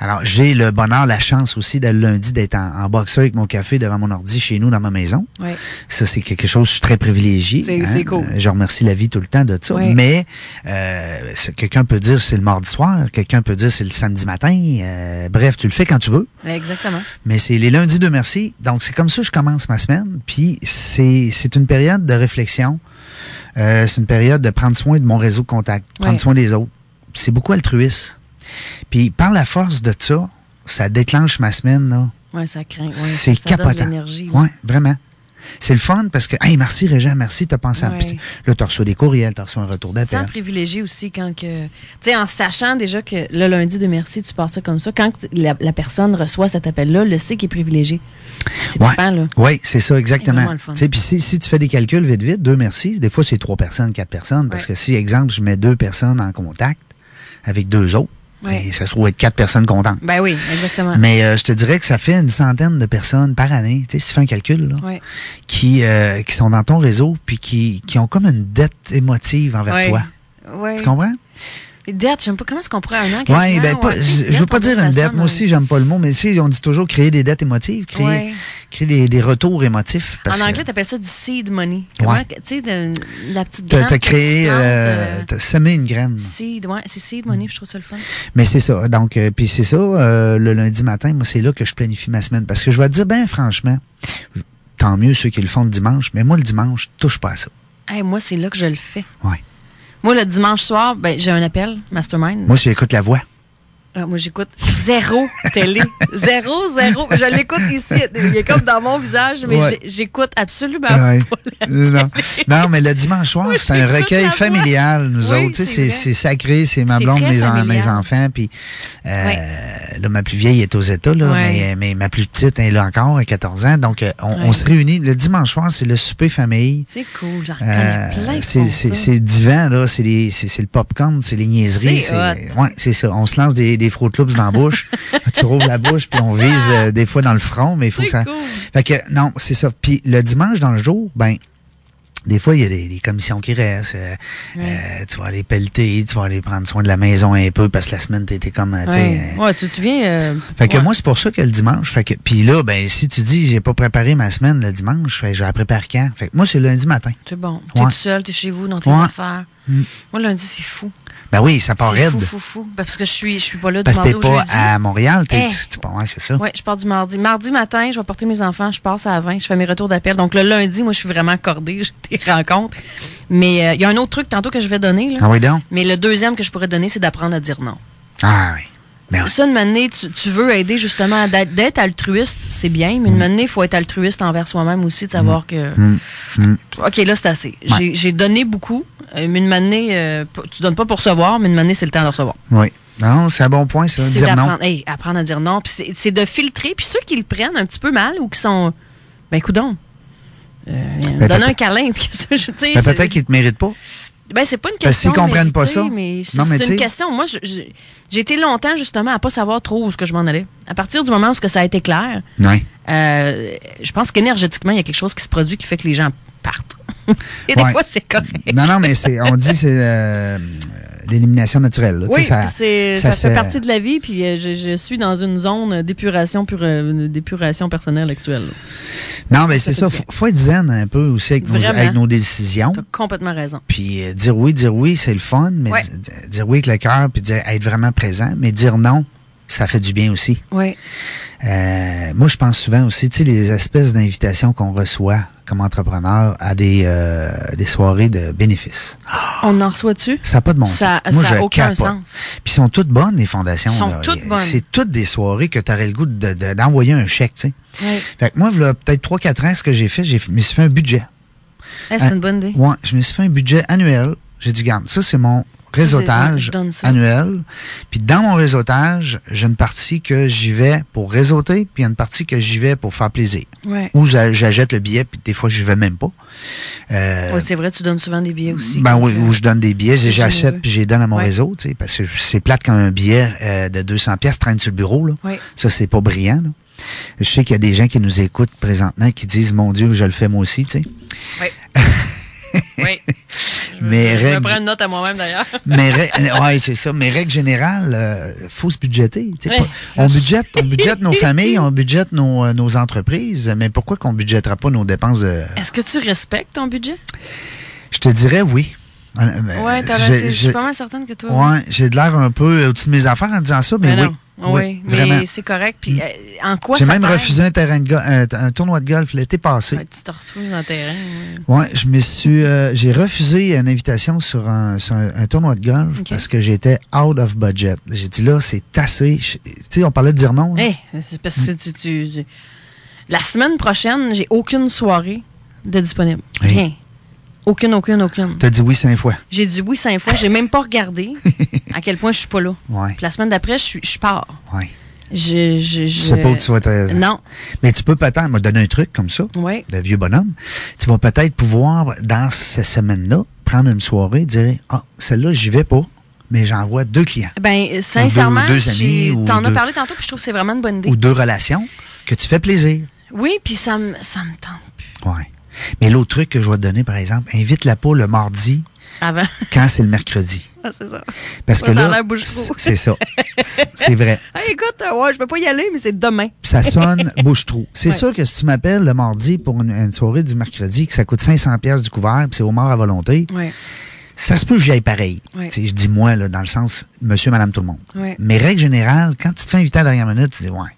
Alors, j'ai le bonheur, la chance aussi de le lundi d'être en, en boxeur avec mon café devant mon ordi chez nous dans ma maison. Ouais. Ça, c'est quelque chose, je suis très privilégié. C'est- c'est cool. Euh, Je remercie la vie tout le temps de ça. Ouais. Mais euh, c'est- quelqu'un peut dire c'est le mardi soir, quelqu'un peut dire c'est le samedi matin. Euh, bref, tu le fais quand tu veux. Exactement. Mais c'est les lundis de merci. Donc, c'est comme ça que je commence ma semaine. Puis, c'est c'est une période de réflexion. Euh, c'est une période de prendre soin de mon réseau de contact, prendre Ouais. soin des autres. C'est beaucoup altruiste. Puis, par la force de ça, ça déclenche ma semaine. là. Ouais, ça craint. Ouais, c'est ça donne de capotant. l'énergie, Ouais, vraiment. C'est le fun parce que, hey, merci Régent, merci, t'as pensé à Ouais. me. Puis Là, t'as reçu des courriels, t'as reçu un retour Tu te d'appel. sens privilégié aussi quand que. Tu sais, en sachant déjà que le lundi de merci, tu passes ça comme ça. Quand que la, la personne reçoit cet appel-là, le sait qu'il est privilégié. C'est Ouais. parfait, là. Oui, c'est ça, exactement. vraiment le fun. Tu sais, Puis si, si tu fais des calculs vite, vite, deux merci, des fois c'est trois personnes, quatre personnes, parce Ouais. que si, exemple, je mets deux personnes en contact avec deux autres, Ouais. et ça se trouve être quatre personnes contentes. Ben oui, exactement. Mais euh, je te dirais que ça fait une centaine de personnes par année, tu sais, si tu fais un calcul, là, Ouais. qui, euh, qui sont dans ton réseau, puis qui, qui ont comme une dette émotive envers Ouais. toi. Ouais. Tu comprends? Les dettes, j'aime pas comment est-ce qu'on pourrait un an. Oui, quasiment, ben, pas, ouais, tu je, sais, je veux dettes, pas dire on dirait une ça dette. sonne, Moi hein. aussi, j'aime pas le mot, mais si on dit toujours créer des dettes émotives, créer, Ouais. créer des, des retours émotifs. parce En que- anglais, t'appelles ça du seed money. Comment, Ouais. que- Tu sais, de- la petite T'as graine t'as que tu créé, plantes, euh, euh, t'as semé une graine. seed, ouais, c'est seed money, puis je trouve ça le fun. Mais c'est ça. Donc, euh, puis c'est ça, euh, le lundi matin, moi, c'est là que je planifie ma semaine. Parce que je vais te dire, ben franchement, tant mieux ceux qui le font le dimanche, mais moi, le dimanche, je touche pas à ça. Hey, moi, c'est là que je le fais. Ouais. Moi, le dimanche soir, ben, j'ai un appel, Mastermind. Moi, si j'écoute la voix. Ah, moi, j'écoute zéro <laughs> télé. zéro, zéro. Je l'écoute ici. Il est comme dans mon visage, mais Ouais. j'ai- j'écoute absolument Ouais. pas. non. non, mais le dimanche soir, c'est un recueil familial, nous Oui, autres. tu sais, c'est C'est vrai. c'est sacré, c'est ma C'est blonde, très mes, en- familial. mes enfants. Puis, euh, Ouais. là, ma plus vieille est aux États, là, Ouais. mais, mais ma plus petite elle est là encore, elle a 14 ans. Donc, euh, on, on Ouais. se réunit. Le dimanche soir, c'est le souper famille. C'est cool, j'en Euh, connais plein. qui c'est font c'est- ça. c'est divan, là. C'est les- c'est- c'est le popcorn, c'est les niaiseries. C'est C'est hot. ouais, c'est ça. On se lance des, des Froot Loops dans la <laughs> bouche. tu rouvres la bouche, puis on vise euh, des fois dans le front, mais il faut que ça. cool. Fait que, non, c'est ça. Puis le dimanche, dans le jour, ben. Des fois, il y a des, des commissions qui restent. euh, euh, tu vas aller pelleter, tu vas aller prendre soin de la maison un peu parce que la semaine, t'étais comme. euh, tu sais, Ouais. Ouais, tu te euh, viens. fait que moi, c'est pour ça que le dimanche. Fait que, puis là, ben, si tu dis, j'ai pas préparé ma semaine le dimanche, fait, que je la prépare quand? Fait que moi, c'est lundi matin. C'est bon. T'es Ouais. tout seul, t'es chez vous, dans tes Ouais. affaires. Mm. Moi, lundi, c'est fou. Ben oui, ça part C'est raide. fou, fou, fou. Parce que je suis, je suis pas là du Parce que mardi t'es au pas jeudi. Eh. à Montréal, t'es, Hey. tu- tu- ouais, c'est ça. Oui, je pars du mardi. Mardi matin, je vais porter mes enfants, je passe à 20, je fais mes retours d'appel. Donc le lundi, moi, je suis vraiment accordée, <laughs> j'ai des rencontres. Mais euh, il y a un autre truc tantôt que je vais donner. Là. Ah oui donc? Mais le deuxième que je pourrais donner, c'est d'apprendre à dire non. Ah oui. Mais oui. Ça, une manée, tu, tu veux aider justement à d'être- d'être altruiste, c'est bien, mais une manée, il faut être altruiste envers soi-même aussi, de savoir que. Mm. Mm. OK, là, c'est assez. J'ai- Ouais. J'ai donné beaucoup, euh, mais une manée, euh, p- tu donnes pas pour recevoir, mais une manée, c'est le temps de recevoir. Oui. Non, c'est un bon point, ça. Puis C'est Dire non. d'apprendre hey, apprendre à dire non. Puis c'est- c'est de filtrer. Puis ceux qui le prennent un petit peu mal ou qui sont. Ben, coudons. Euh, Ben, donner un peut-être- câlin. <laughs> Puis que ça, je- tu sais, Ben, c'est- peut-être qu'ils te méritent pas. Ben, c'est pas une Parce question. qu'ils comprennent pas méritée, ça. Mais c'est Non, mais c'est tu une sais- question. Moi, je- je- j'ai été longtemps, justement, à pas savoir trop où ce que je m'en allais. À partir du moment où ce que ça a été clair, Oui. euh, je pense qu'énergétiquement, il y a quelque chose qui se produit qui fait que les gens partent. <laughs> Et des Ouais. fois, c'est correct. Non, non, mais c'est, on dit c'est euh, euh, l'élimination naturelle. là. Tu Oui, sais, ça, puis c'est- ça ça, se fait partie de la vie, puis euh, je, je suis dans une zone d'épuration pure- euh, d'épuration personnelle actuelle. Non, mais c'est ça. Faut, faut être zen un peu aussi avec, nos, Vraiment. avec nos décisions. T'as complètement raison. Puis euh, dire oui, dire oui, c'est le fun, mais Ouais. di- di- dire oui avec le cœur, puis dire, être vraiment présent, mais dire non, ça fait du bien aussi. Oui. Euh, moi, je pense souvent aussi, tu sais, les espèces d'invitations qu'on reçoit comme entrepreneur à des, euh, des soirées de bénéfices. On en reçoit-tu? Ça n'a pas de bon Ça- sens. Moi, ça a je aucun capote. sens. Puis, sont toutes bonnes, les fondations. Sont là. toutes bonnes. C'est toutes des soirées que tu aurais le goût de- de- d'envoyer un chèque, tu sais. Ouais. Fait que moi, voilà, peut-être 3-4 ans, ce que j'ai fait, j'ai- je me suis fait un budget. Eh, c'est Un- une bonne idée. Ouais, je me suis fait un budget annuel. J'ai dit, garde, ça, c'est mon je réseautage donne ça. annuel. Puis dans mon réseautage, j'ai une partie que j'y vais pour réseauter, puis il y a une partie que j'y vais pour faire plaisir. Ouais. Ou j'a- j'achète le billet, puis des fois, j'y vais même pas. Euh, Ouais, c'est vrai, tu donnes souvent des billets aussi. ben donc, oui, euh, où je donne des billets, c'est j'achète généreux. puis je les donne à mon Ouais. réseau, tu sais, parce que c'est plate quand un billet euh, de 200 pièces traîne sur le bureau là. Ouais. Ça c'est pas brillant. là. Je sais qu'il y a des gens qui nous écoutent présentement qui disent Mon Dieu, je le fais moi aussi, tu sais. Oui. oui. Mais <laughs> Je me règle- prends une note à moi-même d'ailleurs. mais rè- euh, ouais, c'est ça. Mais règle générale, euh, faut se budgéter. Tu sais, Ouais. pas- on budgète, on budgète nos familles, on budgète nos, euh, nos entreprises, mais pourquoi qu'on budgétera pas nos dépenses de- <laughs> Est-ce que tu respectes ton budget? Je te dirais oui. Euh, mais Ouais, t'as j'ai- l'air- je j'ai- suis pas mal certaine que toi. Ouais, j'ai de l'air un peu au-dessus de mes affaires en disant ça, mais, Mais oui. Ah Ben non. Oui, vraiment. Mm. mais c'est correct. Puis euh, en quoi J'ai ça même t'aide? refusé un, terrain de go- un- un tournoi de golf l'été passé. Ouais, tu te retrouves dans le terrain. ouais. Ouais, je me suis, euh, j'ai refusé une invitation sur un, sur un, un tournoi de golf parce que j'étais out of budget. J'ai dit là, c'est assez. Je- Tu sais, on parlait de dire non. là. Hey, Eh, c'est parce Mm. que tu, tu- tu- La semaine prochaine, j'ai aucune soirée de disponible. Hey. Rien. Aucune, aucune, aucune. T'as dit oui cinq fois. J'ai dit oui cinq fois. J'ai même <laughs> pas regardé à quel point je suis pas là. Ouais. Puis la semaine d'après, je, suis- je pars. Ouais. Je, je, Je sais pas où tu vas te. Non. Mais tu peux peut-être me donner un truc comme ça, Oui. de vieux bonhomme. Tu vas peut-être pouvoir, dans cette semaine-là, prendre une soirée et dire Ah, celle-là, j'y vais pas, mais j'envoie deux clients. Ben, sincèrement, Ou deux- deux tu amis, ou t'en as deux- parlé tantôt, puis je trouve que c'est vraiment une bonne idée. Ou deux relations que tu fais plaisir. Oui, puis ça me ça me tente. Ouais. Mais l'autre truc que je vais te donner, par exemple, invite-la pas le mardi Avant. <laughs> quand c'est le mercredi. Ah, c'est ça. Parce Ça, que ça a là, l'air bouche c'est trou. c'est ça. C'est <laughs> c'est vrai. Hey, écoute, euh, ouais, je peux pas y aller, mais c'est demain. Ça sonne bouche-trou. C'est sûr que si tu m'appelles le mardi pour une, une soirée du mercredi, que ça coûte 500 pièces du couvert, puis c'est au mort à volonté, Ouais. ça se peut que j'y aille pareil. Ouais. Tu sais, Je dis moi, là, dans le sens monsieur, madame, tout le monde. Ouais. Mais règle générale, quand tu te fais inviter à la dernière minute, tu dis ouais,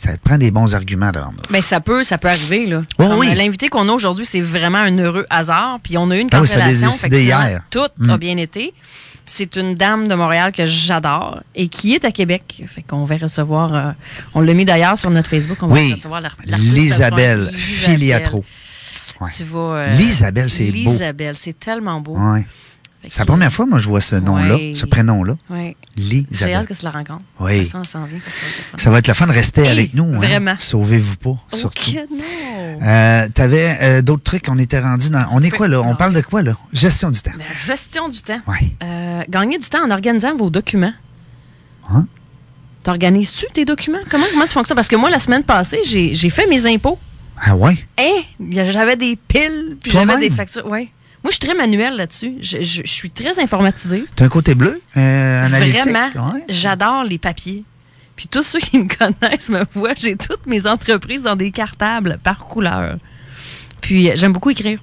ça te prend des bons arguments devant nous. Ben, ça peut, ça peut arriver, là. Oh, Comme, oui. euh, L'invité qu'on a aujourd'hui, c'est vraiment un heureux hasard. Puis on a eu une Ah oui, ça l'est constellation. décidé hier. Tout Mm. a bien été. C'est une dame de Montréal que j'adore et qui est à Québec. Fait qu'on va recevoir. euh, on l'a mis d'ailleurs sur notre Facebook. On oui, va recevoir l'art- l'artiste l'Isabelle punk, Isabelle. Filiatro. Ouais. Tu vas. euh, L'Isabelle, c'est beau. L'Isabelle, c'est tellement beau. Ouais. C'est la première fois, moi, je vois ce nom-là, Ouais. ce prénom-là. Ouais. J'ai L'Isabelle. hâte que tu la rencontres. Oui. Ça, on s'en vient. Ça va être le fun de rester avec nous. hein. vraiment. Sauvez-vous pas, <laughs> surtout. Ok, non. Euh, T'avais euh, d'autres trucs, on était rendu dans. On est quoi là? On parle de quoi là? Gestion du temps. La gestion du temps. Euh, gagner du temps en organisant vos documents. Hein? T'organises-tu tes documents? Comment, comment tu fonctionnes? Parce que moi, la semaine passée, j'ai j'ai fait mes impôts. Ah ouais? Hein? J'avais des piles, puis Toi-même? j'avais des factures. Ouais. Moi, je suis très manuelle là-dessus. Je, je- je suis très informatisée. T'as un côté bleu, euh, analytique. Vraiment, ouais. j'adore les papiers. Puis tous ceux qui me connaissent me voient, j'ai toutes mes entreprises dans des cartables par couleur. Puis euh, j'aime beaucoup écrire.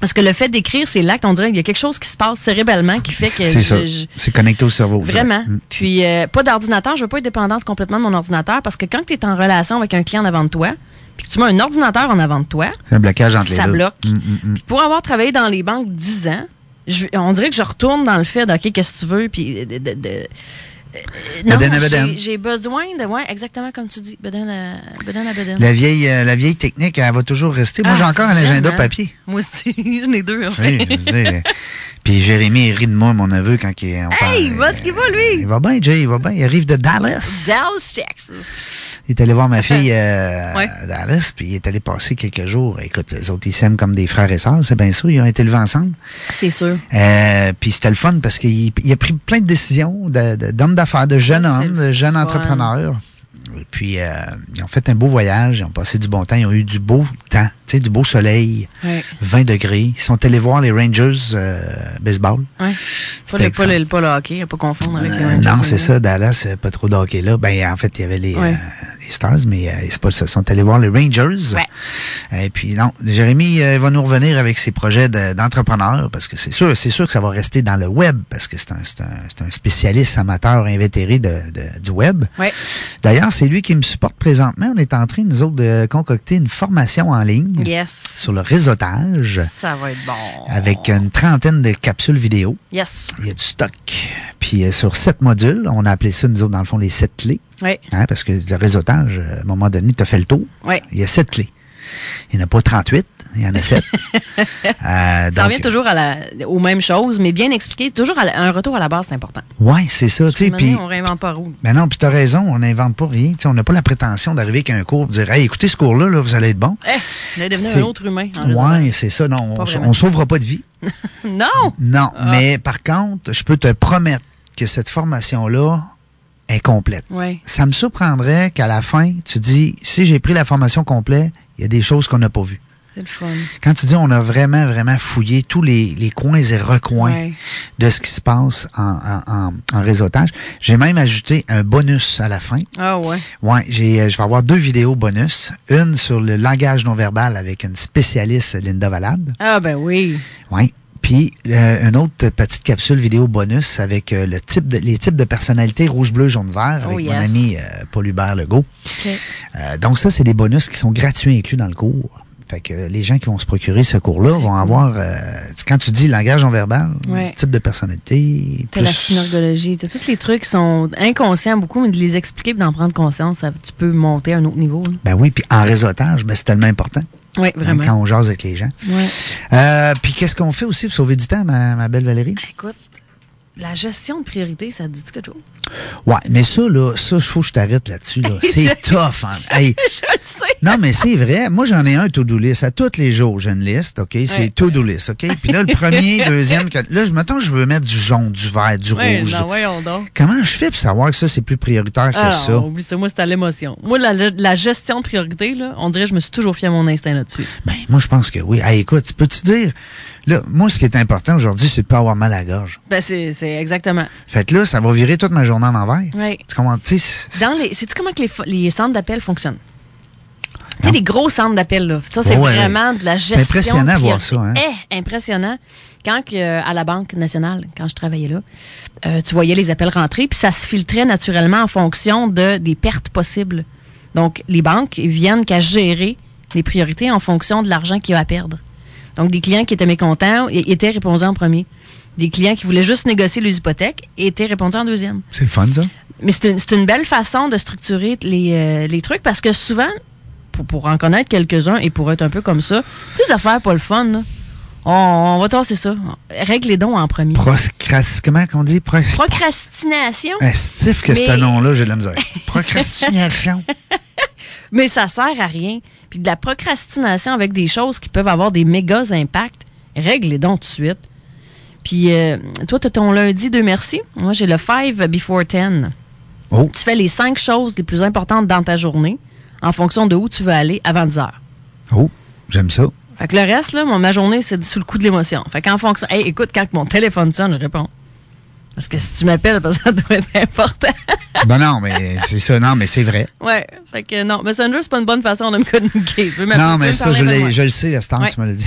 Parce que le fait d'écrire, c'est l'acte, on dirait qu'il y a quelque chose qui se passe cérébellement qui fait que C'est ça. je- je- C'est connecté au cerveau. je dirais. Vraiment. Mm. Puis, euh, pas d'ordinateur. Je veux pas être dépendante complètement de mon ordinateur parce que quand tu es en relation avec un client en avant de toi, puis que tu mets un ordinateur en avant de toi, C'est un blocage entre les ça deux. bloque. Mm, mm, mm. Puis pour avoir travaillé dans les banques 10 ans, je- on dirait que je retourne dans le fait de, OK, qu'est-ce que tu veux, puis de... de- de- euh, Bedon non, à j'ai- bedon. j'ai besoin de... Ouais, exactement comme tu dis, euh, bedon à bedon. à bedon. La vieille, euh, la vieille technique, elle va toujours rester. Moi, Ah, j'ai encore un vraiment? agenda papier. Moi aussi, <laughs> j'en ai deux. en Oui, fait. je veux dire. euh, <laughs> Puis Jérémy il rit de moi, mon neveu, quand il, on parle. euh, hey, va ce qu'il va, lui! Il va bien, Jay, il va bien. Il arrive de Dallas. Dallas, Texas. Il est allé voir ma fille euh, Ouais. à Dallas, puis il est allé passer quelques jours. Écoute, les autres, ils s'aiment comme des frères et sœurs, c'est bien sûr. Ils ont été élevés ensemble. C'est sûr. Euh, puis c'était le fun parce qu'il il a pris plein de décisions de- de- d'hommes d'affaires, de jeunes hommes, de jeunes entrepreneurs. Et puis, euh, ils ont fait un beau voyage, ils ont passé du bon temps, ils ont eu du beau temps, tu sais, du beau soleil, Ouais. 20 degrés. Ils sont allés voir les Rangers euh, baseball. Ouais. Pas, C'était le, pas, le, excellent. pas le hockey, à pas confondre avec les hein. Euh, Rangers, non, c'est là. ça, Dallas, euh, pas trop de hockey là. Ben, en fait, il y avait les, Ouais. euh, les Stars, mais euh, c'est pas ça. Ils sont allés voir les Rangers. Et puis, non, Jérémy euh, va nous revenir avec ses projets de- d'entrepreneur parce que c'est sûr, c'est sûr que ça va rester dans le web parce que c'est un, c'est un- c'est un spécialiste amateur invétéré de- de- du web. Ouais. D'ailleurs, c'est lui qui me supporte présentement. On est en train, nous autres, de concocter une formation en ligne Yes. sur le réseautage Ça va être bon. avec une trentaine de capsules vidéo. Yes. Il y a du stock. Puis euh, sur sept modules, on a appelé ça, nous autres, dans le fond, les sept clés. Oui. Hein, parce que le réseautage, euh, à un moment donné, tu as fait le tour. Ouais. Il y a sept clés. Il n'y en a pas 38, il y en a <laughs> sept. Euh, Ça donc, revient toujours à la, aux mêmes choses, mais bien expliqué. Toujours à la- un retour à la base, c'est important. Ouais, c'est ça. Tu sais, Maintenant, puis. on réinvente pas roule. Mais non, puis t'as raison, on n'invente pas rien. Tu sais, on n'a pas la prétention d'arriver avec un cours et dire Hey, écoutez ce cours-là, là, vous allez être bon. Eh, on est devenu C'est- un autre humain. en raison. Ouais, c'est ça. Non, Pas on- vraiment. Ah. on ne sauvera pas de vie. Non! Non, mais par contre, je peux te promettre que cette formation-là, incomplète. Ouais. Ça me surprendrait qu'à la fin, tu dis, si j'ai pris la formation complète, il y a des choses qu'on n'a pas vues. C'est le fun. Quand tu dis on a vraiment, vraiment fouillé tous les, les coins et recoins Ouais. de ce qui se passe en, en- en- en réseautage, j'ai même ajouté un bonus à la fin. Ah ouais. Ouais, j'ai, euh, je vais avoir deux vidéos bonus. Une sur le langage non verbal avec une spécialiste, Linda Valade. Ah ben oui. Oui. Puis euh, une autre petite capsule vidéo bonus avec euh, le type de, les types de personnalités rouge, bleu, jaune, vert Oh, avec mon yes. ami euh, Paul Hubert Legault. Euh, donc ça, c'est des bonus qui sont gratuits inclus dans le cours. Fait que euh, les gens qui vont se procurer ce cours-là vont avoir, euh, tu- quand tu dis langage non verbal, Ouais. type de personnalité, T'as la plus synergologie, t'as tous les trucs qui sont inconscients beaucoup, mais de les expliquer et d'en prendre conscience, ça- tu peux monter à un autre niveau. là. Ben oui, puis en réseautage, ben c'est tellement important. Oui, Hein, vraiment. Quand on jase avec les gens. Ouais. Euh, puis qu'est-ce qu'on fait aussi pour sauver du temps, ma, ma belle Valérie? Écoute, la gestion de priorité, ça te dit quelque chose? <laughs> Ouais, mais ça, là, ça, faut que je t'arrête là-dessus, là. C'est tough, hein. Hey. Je le sais. Non, mais c'est vrai. Moi, j'en ai un to-do list. À tous les jours, j'ai une liste, OK? C'est Ouais. to-do list, OK? Puis là, le <laughs> premier, deuxième, quatre- Là, je m'attends, je veux mettre du jaune, du vert, du Ouais, rouge. non, voyons donc. Comment je fais pour savoir que ça, c'est plus prioritaire que Ah, ça? oublie ça, moi, c'est à l'émotion. Moi, la, la gestion de priorité, là, on dirait que je me suis toujours fié à mon instinct là-dessus. Ben, moi, je pense que oui. Hey, écoute, peux-tu dire? Là, moi, ce qui est important aujourd'hui, c'est de pas avoir mal à la gorge. Ben, c'est c'est exactement. Fait que là, ça va virer toute ma journée en envers. Ouais. Tu comprends? Tu sais, Dans les, sais-tu comment que les, fo- les centres d'appel fonctionnent? Tu sais, les gros centres d'appel, là. Ça, c'est Ouais. vraiment de la C'est gestion. impressionnant de à voir priorité. ça, hein? Eh, impressionnant. Quand, que, euh, à la Banque nationale, quand je travaillais là, euh, tu voyais les appels rentrer, puis ça se filtrait naturellement en fonction de, des pertes possibles. Donc, les banques ils viennent qu'à gérer les priorités en fonction de l'argent qu'il y a à perdre. Donc, des clients qui étaient mécontents é- étaient répondus en premier. Des clients qui voulaient juste négocier les hypothèques étaient répondus en deuxième. c'est le fun, ça? Mais c'est une, c'est une belle façon de structurer t- les, euh, les trucs parce que souvent, pour, pour en connaître quelques-uns et pour être un peu comme ça, tu sais, des affaires pas le fun, là. on, on va tasser ça. Règle les dons en premier. Procrast... Comment qu'on dit? Pro- Procrastination. Estif que ce Mais- nom-là, j'ai de la <laughs> misère. Procrastination. Mais ça sert à rien. Puis de la procrastination avec des choses qui peuvent avoir des méga impacts, règle les dons tout de suite. Puis euh, toi, tu ton lundi de merci. Moi, j'ai le 5 before 10. Oh. Tu fais les cinq choses les plus importantes dans ta journée en fonction de où tu veux aller avant 10 heures. Oh, j'aime ça. Fait que le reste, là, mon- ma journée, c'est sous le coup de l'émotion. Fait qu'en fonction. Hey, écoute, quand mon téléphone sonne, je réponds. Parce que si tu m'appelles, parce que ça doit être important. <laughs> Ben non, mais c'est ça. Non, mais c'est vrai. Ouais. Fait que non, Messenger, c'est pas une bonne façon de me communiquer. Tu veux m'appeler, Non, tu veux mais me ça, parler je, avant l'ai- moi. je le sais, la star, Ouais. tu me l'as dit.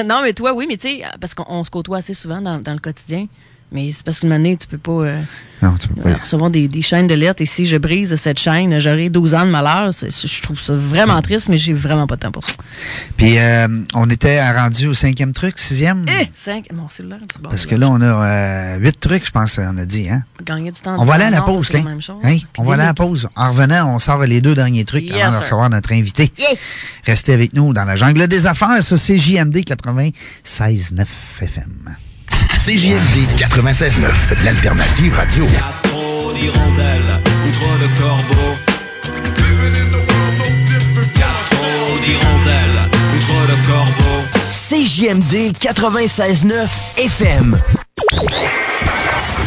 <laughs> <laughs> non, mais toi, oui, mais tu sais, parce qu'on on se côtoie assez souvent dans, dans le quotidien. Mais c'est parce qu'une année, tu peux pas euh, Non, tu peux pas. euh, recevoir des, des chaînes de lettres. Et si je brise cette chaîne, j'aurai 12 ans de malheur. C'est- c'est- Je trouve ça vraiment triste, mais j'ai vraiment pas de temps pour ça. Puis, euh, on était rendu au cinquième truc, sixième. Eh! Cinq, mon cellulaire du bord. Hmm. Parce que là, on a euh, huit trucs, je pense, on a dit. Hein? Gagner du temps. On va aller à la Non, ça, pause, c'est Clin. la même chose. Hein? Puis On va aller à la pause. En revenant, on sort les deux derniers trucs Yes, avant de sir. recevoir notre invité. Restez avec nous dans la jungle des affaires. Ça, c'est JMD 96.9 FM. CJMD 96.9, l'alternative radio. Trop d'hirondelles, outre le corbeau. Y a trop d'hirondelles, outre le corbeau. CJMD 96.9 FM.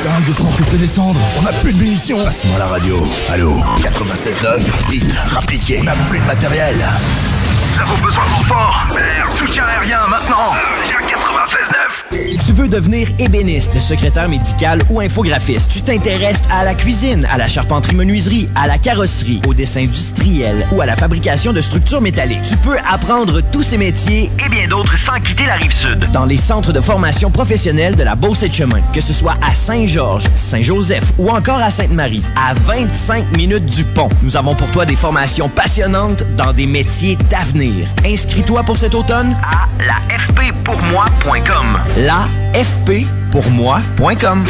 Dingue, comment on fait pas descendre On n'a plus de munitions. Passe-moi la radio. Allô 96.9, vite, rappliquez, on n'a plus de matériel. Nous avons besoin de renfort. Merde, soutien aérien, maintenant. J'ai un 96.9. Tu veux devenir ébéniste, secrétaire médical ou infographiste. Tu t'intéresses à la cuisine, à la charpenterie-menuiserie, à la carrosserie, au dessin industriel ou à la fabrication de structures métalliques. Tu peux apprendre tous ces métiers et bien d'autres sans quitter la rive sud. Dans les centres de formation professionnelle de la Beauce et de Chemin, que ce soit à Saint-Georges, Saint-Joseph ou encore à Sainte-Marie, à 25 minutes du pont, nous avons pour toi des formations passionnantes dans des métiers d'avenir. Inscris-toi pour cet automne à la FP pour moi.com. La FP pour moi.com.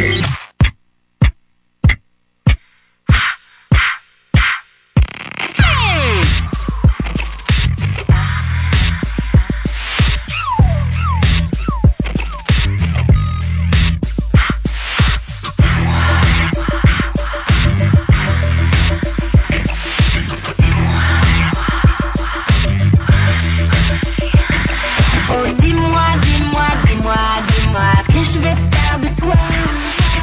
Oh, dis-moi, dis-moi, dis-moi, dis-moi ce que je vais faire de toi.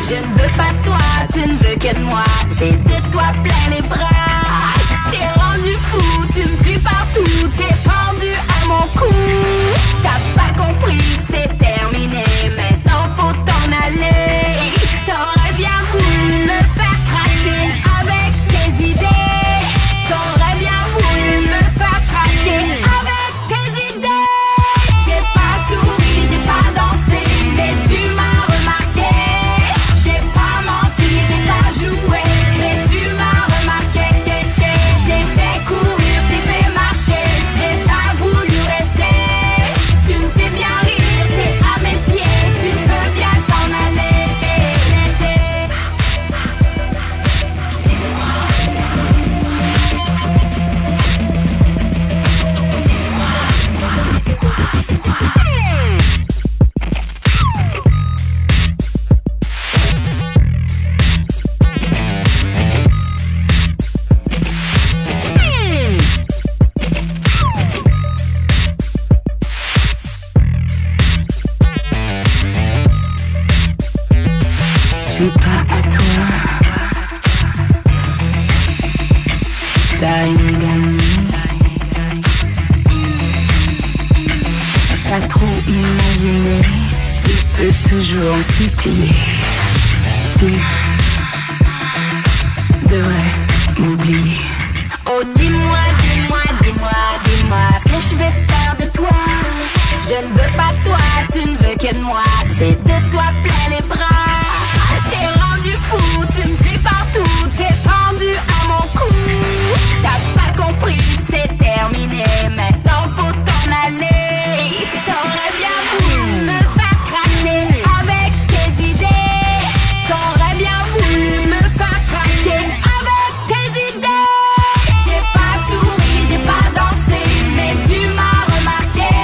Je que de moi. J'ai de toi plein les bras. T'es rendu fou, tu me suis partout. T'es pendu à mon cou. T'as pas compris, c'est terminé. Maintenant faut t'en aller. T'aurais bien voulu me faire craquer avec tes idées. T'aurais bien voulu me faire craquer avec tes idées. J'ai pas souri, j'ai pas dansé, mais tu m'as remarqué. J'ai pas menti, j'ai pas joué, mais tu m'as remarqué. Je t'ai fait courir, je t'ai fait marcher, et t'as voulu rester. Tu me fais bien rire, t'es à mes pieds, tu peux bien t'en aller. Laisser. suis pas à toi. T'as une gamine. Pas trop imaginé. Tu peux toujours en titiller. Tu devrais m'oublier. Oh, dis-moi, dis-moi, dis-moi, dis-moi ce que je vais faire de toi. Je ne veux pas de toi, tu ne veux que de moi. J'ai de toi plein les bras. Je t'ai rendu fou, tu me suis partout. T'es pendu à mon cou. T'as pas compris, c'est terminé. Maintenant faut t'en aller. T'aurais bien voulu me faire craquer avec tes idées. T'aurais bien voulu me faire craquer avec tes idées. J'ai pas souri, j'ai pas dansé, mais tu m'as remarqué.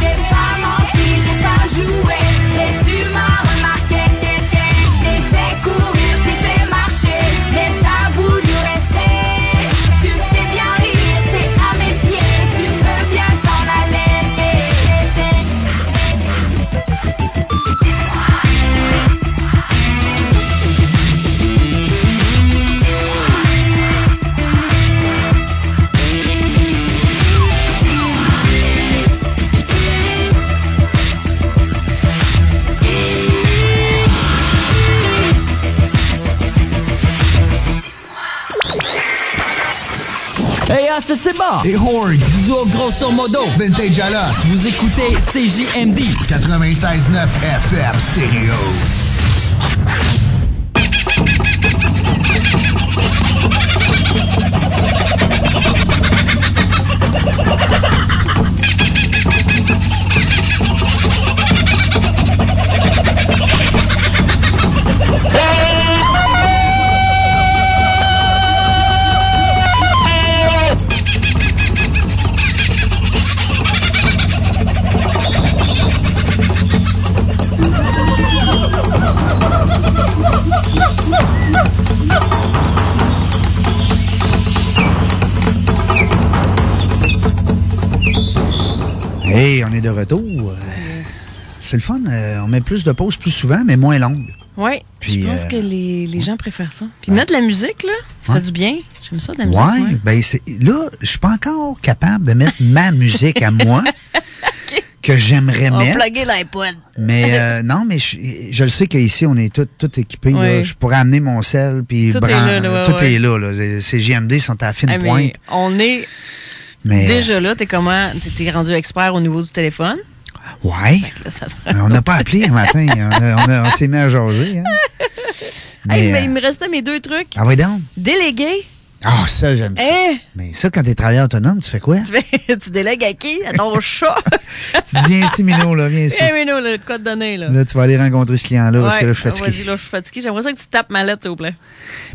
J'ai pas menti, j'ai pas joué, mais tu m'as remarqué. Je t'ai fait courir, je t'ai fait marcher, mais t'as voulu rester. Tu me fais bien rire, t'es à mes pieds, tu peux bien t'en aller. Hey, ACCBA! Et Horg! Duo grosso modo! Vintage Alas! Vous écoutez CJMD! 96.9 FM Stereo. Hey, on est de retour. C'est le fun. euh, on met plus de pauses plus souvent, mais moins longues. Oui, Puis, je pense euh, que les, les gens préfèrent ça. Puis mettre de la musique, là, ça Ouais. fait du bien. J'aime ça, de la Ouais, musique. ouais. ben c'est là, je suis pas encore capable de mettre ma musique à <laughs> moi que j'aimerais On va mettre. plugger l'iPod. <laughs> Mais euh, non, mais je, je le sais qu'ici, on est tout, tout équipés. là. Ouais. Je pourrais amener mon sel, puis Tout est bran- là, là, ouais, tout ouais. est là. là. Les- Ces JMD sont à la fine Ah, mais pointe. on est Mais, euh, déjà là. T'es comment? t'es- T'es rendu expert au niveau du téléphone. Ouais. Fait que là, ça te- Euh, On n'a pas appelé un matin. hein. On, a- on a- on s'est mis à jaser. hein. Mais, <laughs> Hey, mais euh, il me restait mes deux trucs. ah oui, donc. Déléguer. Ah, ça, j'aime ça. Hein? Mais ça, quand t'es travailleur autonome, tu fais quoi? <laughs> Tu, fais- tu délègues à qui? À ton <laughs> chat? <laughs> tu dis, viens ici, Mino, là, viens ici. Eh mais non, le code donné, là. Là, tu vas aller rencontrer ce client-là parce que là, je suis Ouais, fatigué. Vas-y, là, je suis fatiguée. J'aimerais ça que tu tapes ma lettre, s'il vous plaît.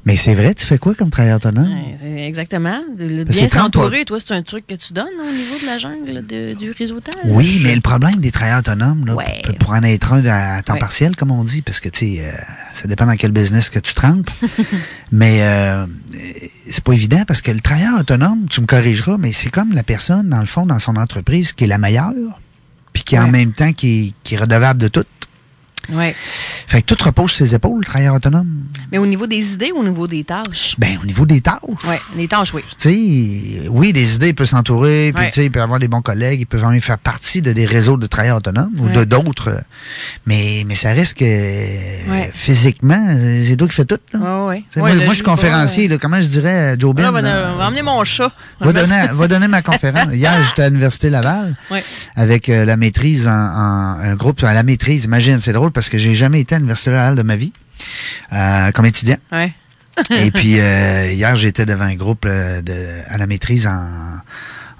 Mais c'est vrai, tu fais quoi comme travailleur autonome? Ouais, Exactement. Le- le Ah. Parce bien que quand s'entourer, toi, c'est un truc que tu donnes hein, au niveau de la jungle, de- du réseautage. Oui, mais le problème des travailleurs autonomes, là, Ouais. pour, pour en être un à temps Ouais. partiel, comme on dit, parce que tu sais, euh, ça dépend dans quel business que tu <laughs> trempes. mais euh, c'est pas évident parce que le travailleur autonome, tu me corrigeras, mais c'est comme la personne, dans le fond, dans son entreprise, qui est la meilleure, puis qui en même temps qui, est- qui est redevable de tout. Ouais. Fait que tout repose sur ses épaules, le travailleur autonome. Mais au niveau des idées ou au niveau des tâches? Ben, au niveau des tâches. Oui, les tâches, oui. Tu sais, oui, des idées, il peut s'entourer, puis Ouais. tu sais, il peut avoir des bons collègues, il peut vraiment faire partie de des réseaux de travailleurs autonomes ou de Ouais. d'autres. Mais, mais ça reste que euh, physiquement, euh, c'est toi qui fais tout. là. Oui, Tu sais, moi, moi, je suis conférencier, là, comment je dirais, Joe Là, Ben? on va, là, Ah, on va emmener mon chat. va donner, va donner <laughs> ma conférence. Hier, j'étais à l'Université Laval Ouais. avec euh, la maîtrise en, en- un groupe à la maîtrise. Imagine, c'est drôle parce que j'ai jamais été à l'Université Laval de ma vie euh, comme étudiant. Ouais. Et puis euh, hier, j'étais devant un groupe euh, de, à la maîtrise en,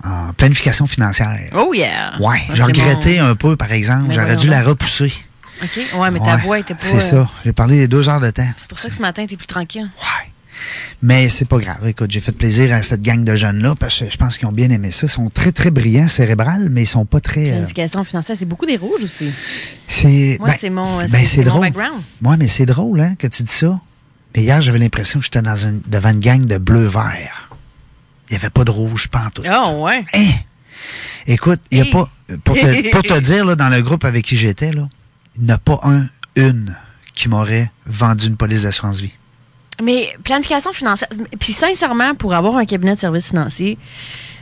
en planification financière. Oh yeah! Ouais, Ah, j'ai c'est regretté mon- un peu, par exemple. Mais J'aurais dû voyons la donc. repousser. OK, ouais, mais ta Ouais, voix était pas... C'est euh, ça. Euh. J'ai parlé les deux heures de temps. C'est pour ça que ce matin, t'es plus tranquille. Mais c'est pas grave. Écoute, j'ai fait plaisir à cette gang de jeunes-là parce que je pense qu'ils ont bien aimé ça. Ils sont très, très brillants, cérébrales, mais ils sont pas très. euh, Planification financière, c'est beaucoup des rouges aussi. c'est. Moi, ben, c'est mon, euh, ben, c'est- c'est c'est mon drôle. background. Moi, mais c'est drôle, hein, que tu dis ça. Mais hier, j'avais l'impression que j'étais dans une, devant une gang de bleu-vert. Il n'y avait pas de rouge, pas en tout. Oh, ouais. Hein? Écoute, il n'y a Eh. pas. Pour te, pour <laughs> te dire, là, dans le groupe avec qui j'étais, là, il n'y en a pas un, une, qui m'aurait vendu une police d'assurance vie. Mais planification financière, puis sincèrement, pour avoir un cabinet de services financiers,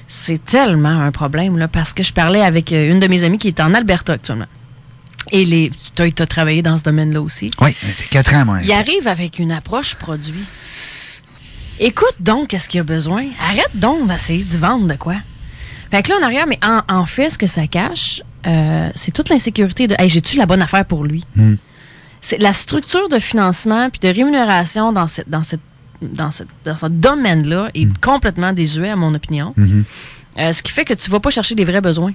c'est tellement un problème, là, parce que je parlais avec euh, une de mes amies qui est en Alberta actuellement. Et les, tu as, travaillé dans ce domaine-là aussi. Oui, t'es quatre ans, moi. Il arrive avec une approche produit. Écoute donc qu'est-ce qu'il y a besoin. Arrête donc d'essayer d'y vendre de quoi. Fait que là, en arrière, mais en, en fait, ce que ça cache, euh, c'est toute l'insécurité de Hey, j'ai-tu la bonne affaire pour lui? C'est la structure de financement puis de rémunération dans, cette, dans, cette, dans, cette, dans ce domaine-là est complètement désuet, à mon opinion. Euh, ce qui fait que tu vas pas chercher les vrais besoins.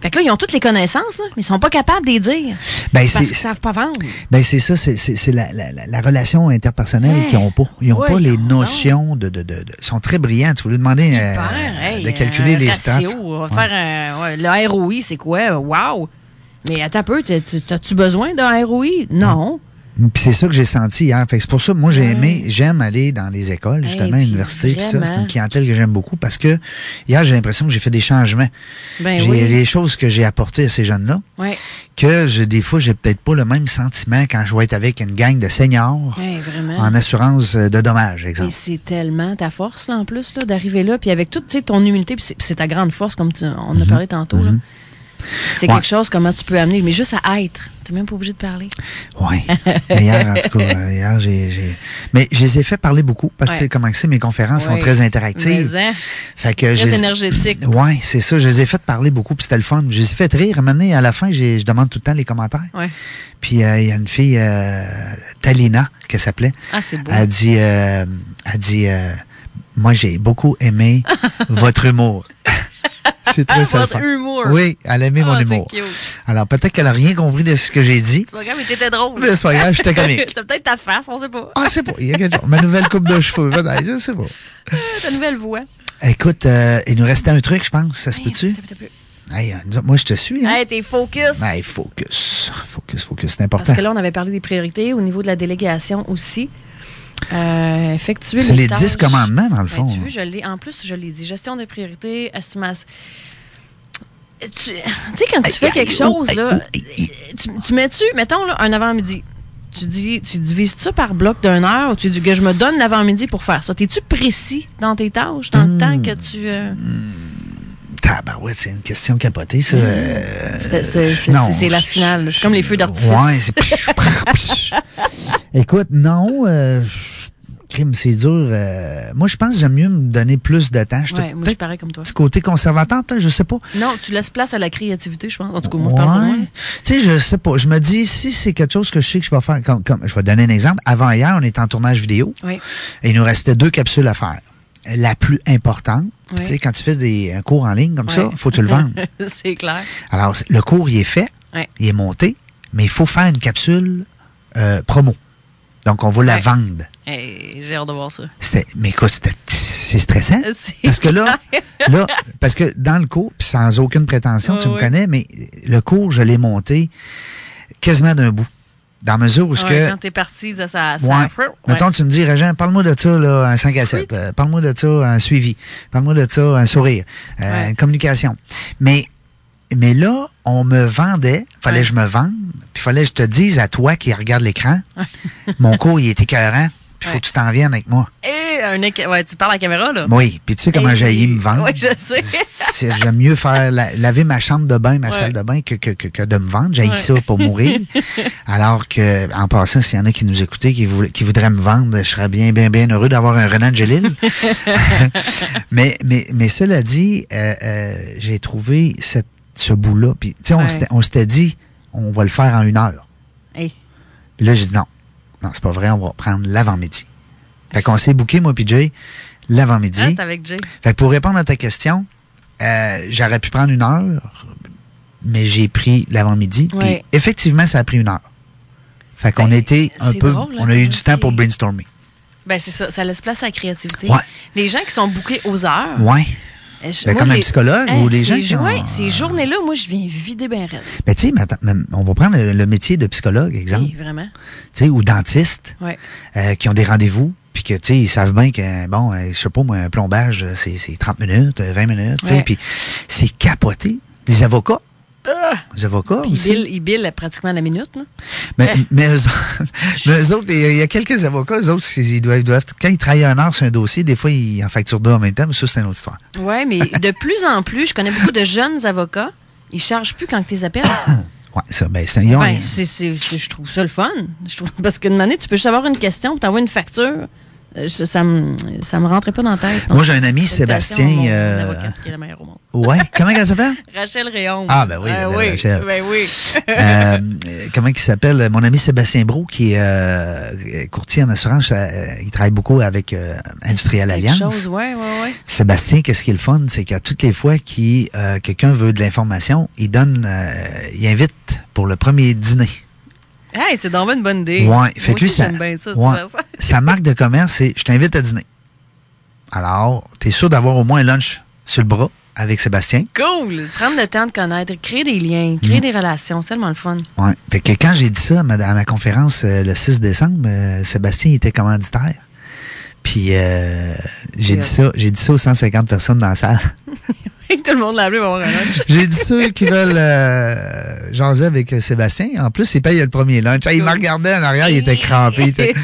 Fait que là, ils ont toutes les connaissances, là, mais ils sont pas capables de les dire. Ben, c'est- parce qu'ils savent pas vendre. Ben c'est ça, c'est- c'est c'est la, la- la- la relation interpersonnelle Hey, qu'ils n'ont pas. Ils n'ont pas les voyons notions de, de, de, de- Ils sont très brillants. Tu voulais demander euh, Hey, de calculer un les stats. euh, ratio, On va faire un- ouais, le ROI, c'est quoi? Wow! Mais attends un peu, t'as- t'as- as-tu besoin d'un ROI? Non. Puis c'est ça que j'ai senti hier. Fait que c'est pour ça que moi j'ai aimé, j'aime aller dans les écoles, justement, à puis l'université, puis ça. vraiment. C'est une clientèle que j'aime beaucoup parce que hier, j'ai l'impression que j'ai fait des changements. Ben j'ai oui. les choses que j'ai apportées à ces jeunes-là. Ouais. Que je, des fois, j'ai peut-être pas le même sentiment quand je vais être avec une gang de seniors Hey, vraiment. en assurance euh, de dommages, Et exemple. Ah c'est tellement ta force, là, en plus, là, d'arriver là, puis avec toute tu sais, ton humilité, puis c'est- c'est ta grande force, comme tu- on en a parlé tantôt. là. C'est Mhm. Ouais. quelque chose, comment tu peux amener, mais juste à être. T'es même pas obligé de parler. Oui. <laughs> Mais hier, en tout cas, euh, hier, j'ai. j'ai- Mais je les ai fait parler beaucoup parce que tu sais Ouais. comment que c'est, mes conférences sont Ouais. très interactives. Mais, hein, Fait que très énergétique. Oui, c'est ça. Je les ai fait parler beaucoup, puis c'était le fun. Je les ai fait rire. À un moment donné, à la fin, j'ai- je demande tout le temps les commentaires. Ouais. Puis euh, il y a une fille, euh, Talina, qu'elle s'appelait. Ah, c'est beau. Elle dit, euh, elle dit euh, Moi, j'ai beaucoup <laughs> aimé votre humour. J'ai trouvé ça le Ah, Votre fun. humour. Oui, elle a aimé mon Ah, c'est humour. cute. Alors, peut-être qu'elle n'a rien compris de ce que j'ai dit. C'est pas grave, mais t'étais drôle. Mais c'est pas grave, <laughs> j'étais comique. C'était peut-être ta face, on sait pas. Ah, c'est pas. Il y a quelque chose. Ma nouvelle coupe de cheveux. peut-être, Je sais pas. Ah, Ta nouvelle voix. Écoute, euh, il nous restait un truc, je pense. Ça se peut-tu? T'as peu. Hey, euh, nous autres, moi, je te suis. hein? Hey, t'es focus. Hey, focus. Focus, focus, c'est important. Parce que là, on avait parlé des priorités au niveau de la délégation aussi. Euh, effectuer C'est les tâches. 10 commandements, dans le Ben, fond. tu veux, je l'ai- en plus, je l'ai dit. Gestion des priorités, estimation. Tu tu sais, quand tu fais quelque oh, chose, là, tu, tu mets-tu, mettons, là, un avant-midi. Tu, dis, tu divises ça par bloc d'une heure ou tu dis que je me donne l'avant-midi pour faire ça. T'es-tu précis dans tes tâches, dans Hmm. le temps que tu. euh, Tabarouette, c'est une question capotée, ça. euh, c'était- c'était- C'est non, c'est- c'est la je- finale. C'est comme les feux d'artifice. Ouais, c'est psh, psh, <laughs> psh. Écoute, non, euh, je- crime, c'est dur. euh, moi, je pense que j'aime mieux me donner plus de temps. Ouais, moi, je peut-être parais comme toi. Petit côté conservateur, peut-être, je sais pas. Non, tu laisses place à la créativité, je pense. En tout cas, moi, je parle pour moi. Ouais. Tu sais, je sais pas. Je me dis, si c'est quelque chose que je sais que je vais faire, comme, comme- je vais donner un exemple. Avant hier, on était en tournage vidéo. Oui. Et il nous restait deux capsules à faire. La plus importante, puis Ouais. tu sais, quand tu fais des un cours en ligne comme ça, Ouais. faut <laughs> que tu le vendes. c'est clair. Alors, c- le cours, il est fait, Ouais. il est monté, mais il faut faire une capsule euh, promo. Donc, on va la Ouais. vendre. Hey, J'ai hâte de voir ça. <laughs> C'était- mais écoute, c'était- c'est stressant. C'est Parce que là, là, parce que dans le cours, puis sans aucune prétention, tu Ouais, me ouais. connais, mais le cours, je l'ai monté quasiment d'un bout. Dans la mesure où ce Ouais, que. Quand t'es parti, ça. ça, Ouais. ça ouais. Mettons, tu me dis, Régent, parle-moi de ça, là, un 5 à 7. Euh, parle-moi de ça, un suivi. Parle-moi de ça, un sourire. Euh, Une communication. Mais, mais là, on me vendait, fallait que je me vende, Puis fallait que je te dise à toi qui regarde l'écran, mon cours, il est écœurant. Puis faut que tu t'en viennes avec moi. Et un éca- ouais, tu parles à la caméra, là? Oui. Puis tu sais comment Et- Jaillit me vend? Oui, je sais. <laughs> C'est- J'aime mieux faire la- laver ma chambre de bain, ma Ouais. salle de bain, que, que, que, que de me vendre. J'ai Ouais. ça pour <laughs> mourir. Alors que, en passant, s'il y en a qui nous écoutaient, qui, voulaient- qui voudraient me vendre, je serais bien, bien, bien heureux d'avoir un Renan <laughs> Angelil. mais, mais, mais cela dit, euh, euh, j'ai trouvé cette, ce bout-là. Puis, tu sais, on Ouais. s'était- on s'était dit, on va le faire en une heure. Hey. Puis là, j'ai dit non. Non, c'est pas vrai, on va prendre l'avant-midi. Fait qu'on s'est booké, moi, puis Jay, l'avant-midi. Hein, t'es avec Jay. Fait que pour répondre à ta question, euh, j'aurais pu prendre une heure, mais j'ai pris l'avant-midi. Puis Ouais. Ben, effectivement, ça a pris une heure. Fait qu'on était un c'est peu. drôle, hein, on a eu du temps pour brainstormer. Ben, c'est ça. Ça laisse place à la créativité. Ouais. Les gens qui sont bouqués aux heures. Ouais. euh, je- Ben, moi, comme un les- psychologue ou des ces gens qui jou- ont- ouais, ces journées-là, moi, je viens vider ben raide. Mais tu sais, mais attends, mais on va prendre le, le métier de psychologue, exemple. Oui, vraiment. Tu sais, ou dentiste, Ouais. euh, qui ont des rendez-vous. Puis que, tu sais, ils savent bien que, bon, euh, je sais pas, moi, un plombage, euh, c'est c'est 30 minutes, euh, 20 minutes, tu sais, Ouais. puis c'est capoté. Des avocats, Ah! des avocats Puis ils aussi. billent- ils billent pratiquement à la minute. là. Mais, Eh. mais, eux, autres- <laughs> mais eux autres, il y a- il y a quelques avocats, eux autres, ils doivent, ils doivent- quand ils travaillent un heure sur un dossier, des fois, ils en facturent deux en même temps, mais ça, c'est une autre histoire. Oui, mais de plus en plus, je connais beaucoup de jeunes avocats. Ils chargent plus quand tu les appelles. <laughs> Ouais, ça, ben, ça, ils ont- Ben, c'est, c'est- c'est- je trouve ça le fun. Je trouve, parce qu'une année, tu peux juste avoir une question, puis t'envoies une facture. Euh, je- ça, me, ça me rentrait pas dans la tête. Moi, j'ai un ami, Salutations Sébastien, à mon euh, avocate qui est la meilleure au monde. <laughs> ouais, comment elle s'appelle? <laughs> Rachel Réon. Ah, ben oui, la belle oui. Rachel. Ben <laughs> oui. Euh, euh, comment il s'appelle? euh, Mon ami Sébastien Brou, qui est euh, courtier en assurance, euh, il travaille beaucoup avec euh, Industrial Quelque Alliance. chose, ouais, ouais, ouais. Sébastien, qu'est-ce qui est le fun, c'est qu'à toutes les fois que quelqu'un veut de l'information, il donne, euh, il invite pour le premier dîner. Hey, c'est donc une bonne idée. Ouais, Moi fait que lui, aussi, ça, j'aime bien ça, tu ouais, vois <laughs> ça. sa marque de commerce, c'est je t'invite à dîner. Alors, t'es sûr d'avoir au moins un lunch sur le bras avec Sébastien. Cool. Prendre le temps de connaître, créer des liens, Mm. créer des relations, c'est tellement le fun. <laughs> Ouais. Fait que quand j'ai dit ça à ma, à ma conférence euh, le 6 décembre, euh, Sébastien était commanditaire. Puis euh, j'ai Et dit ça, hop. j'ai dit ça aux 150 personnes dans la salle. Tout le monde l'a appelé pour avoir un <laughs> lunch. j'ai dit ceux qui veulent euh, jaser avec euh, Sébastien. En plus, il paye le premier lunch. Hey, il m'a regardé en arrière, il était crampé. Il <laughs> était,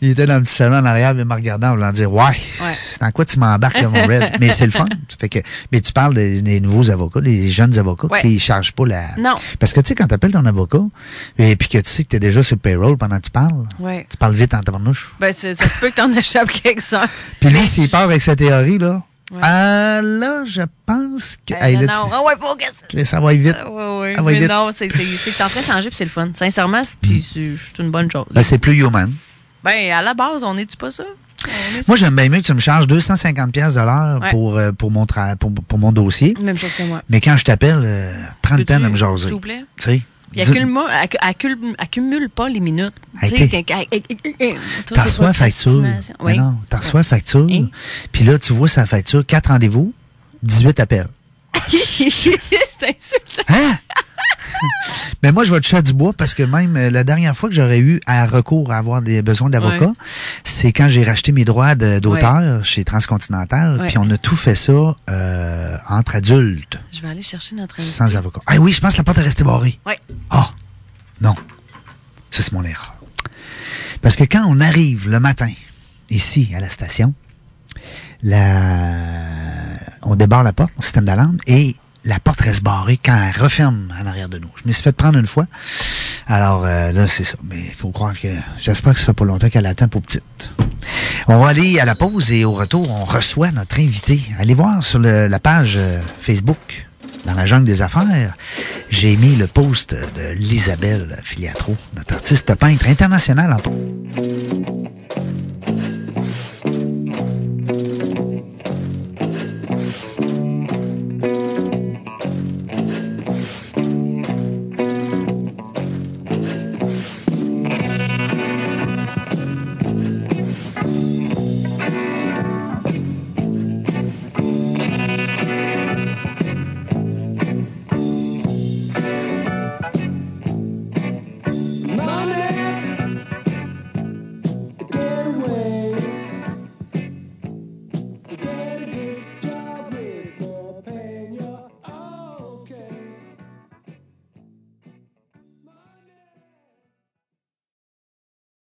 il était dans le petit salon en arrière, mais il m'a regardé en voulant dire Ouais, c'est dans quoi tu m'embarques, là, mon Red? Mais c'est le fun. Fait que, mais tu parles des, des nouveaux avocats, des jeunes avocats Ouais. qui ne chargent pas la. Non. Parce que tu sais, quand tu appelles ton avocat et puis que tu sais que tu es déjà sur le payroll pendant que tu parles, Ouais. tu parles vite en tabarnouche. Ben, c'est- ça se peut que t'en échappes quelques-uns. Puis lui, s'il part avec sa théorie, là, Ouais. ah là, je pense que. Ah, Hey, là, non, tu- ah ouais, faut que ça. Chris, ça va vite. Ah ouais, ouais. Ça va mais vite. Hmm. non, c'est c'est- c'est que t'es en train de changer, puis c'est le fun. Sincèrement, c'est- puis c'est c'est une bonne chose. Ben, c'est plus human. Ben, à la base, on est-tu pas ça? On est- Moi, j'aime bien mieux que tu me charges 250 pièces de l'heure Ouais. pour, euh, pour, mon tra- pour, pour mon dossier. Même chose que moi. Mais quand je t'appelle, euh, prends le temps de me jaser. S'il vous plaît. Tu sais, Puis dis- accumule, pas- accu- accumule, accumule pas les minutes. Hey, Tu sais, t'es- qu'un- qu'un- qu'un- qu'un- Toi, T'as c'est reçois pas facture. procrastination. Mais Oui. Hein? non, t'as reçois facture. Puis là, tu vois sa facture, 4 rendez-vous, 18 <laughs> appels. <laughs> c'est insultant. Hein? <laughs> Mais moi, je vais toucher à du bois parce que même euh, la dernière fois que j'aurais eu à recours à avoir des besoins d'avocat, Ouais. c'est quand j'ai racheté mes droits de- d'auteur chez Transcontinental. Ouais. Puis on a tout fait ça euh, entre adultes, Je vais aller chercher notre invité. sans avocat. Ah oui, je pense que la porte est restée barrée. Oui. Ah, non. Ça, c'est mon erreur. Parce que quand on arrive le matin, ici, à la station, la... on débarre la porte, mon système d'alarme, et la porte reste barrée quand elle referme en arrière de nous. Je me suis fait prendre une fois. Alors euh, là, c'est ça. Mais il faut croire que... J'espère que ça fait pas longtemps qu'elle attend pour petite. On va aller à la pause et au retour, on reçoit notre invité. Allez voir sur le- la page euh, Facebook, dans la jungle des affaires, j'ai mis le post de l'Isabelle Filiatro, notre artiste peintre international en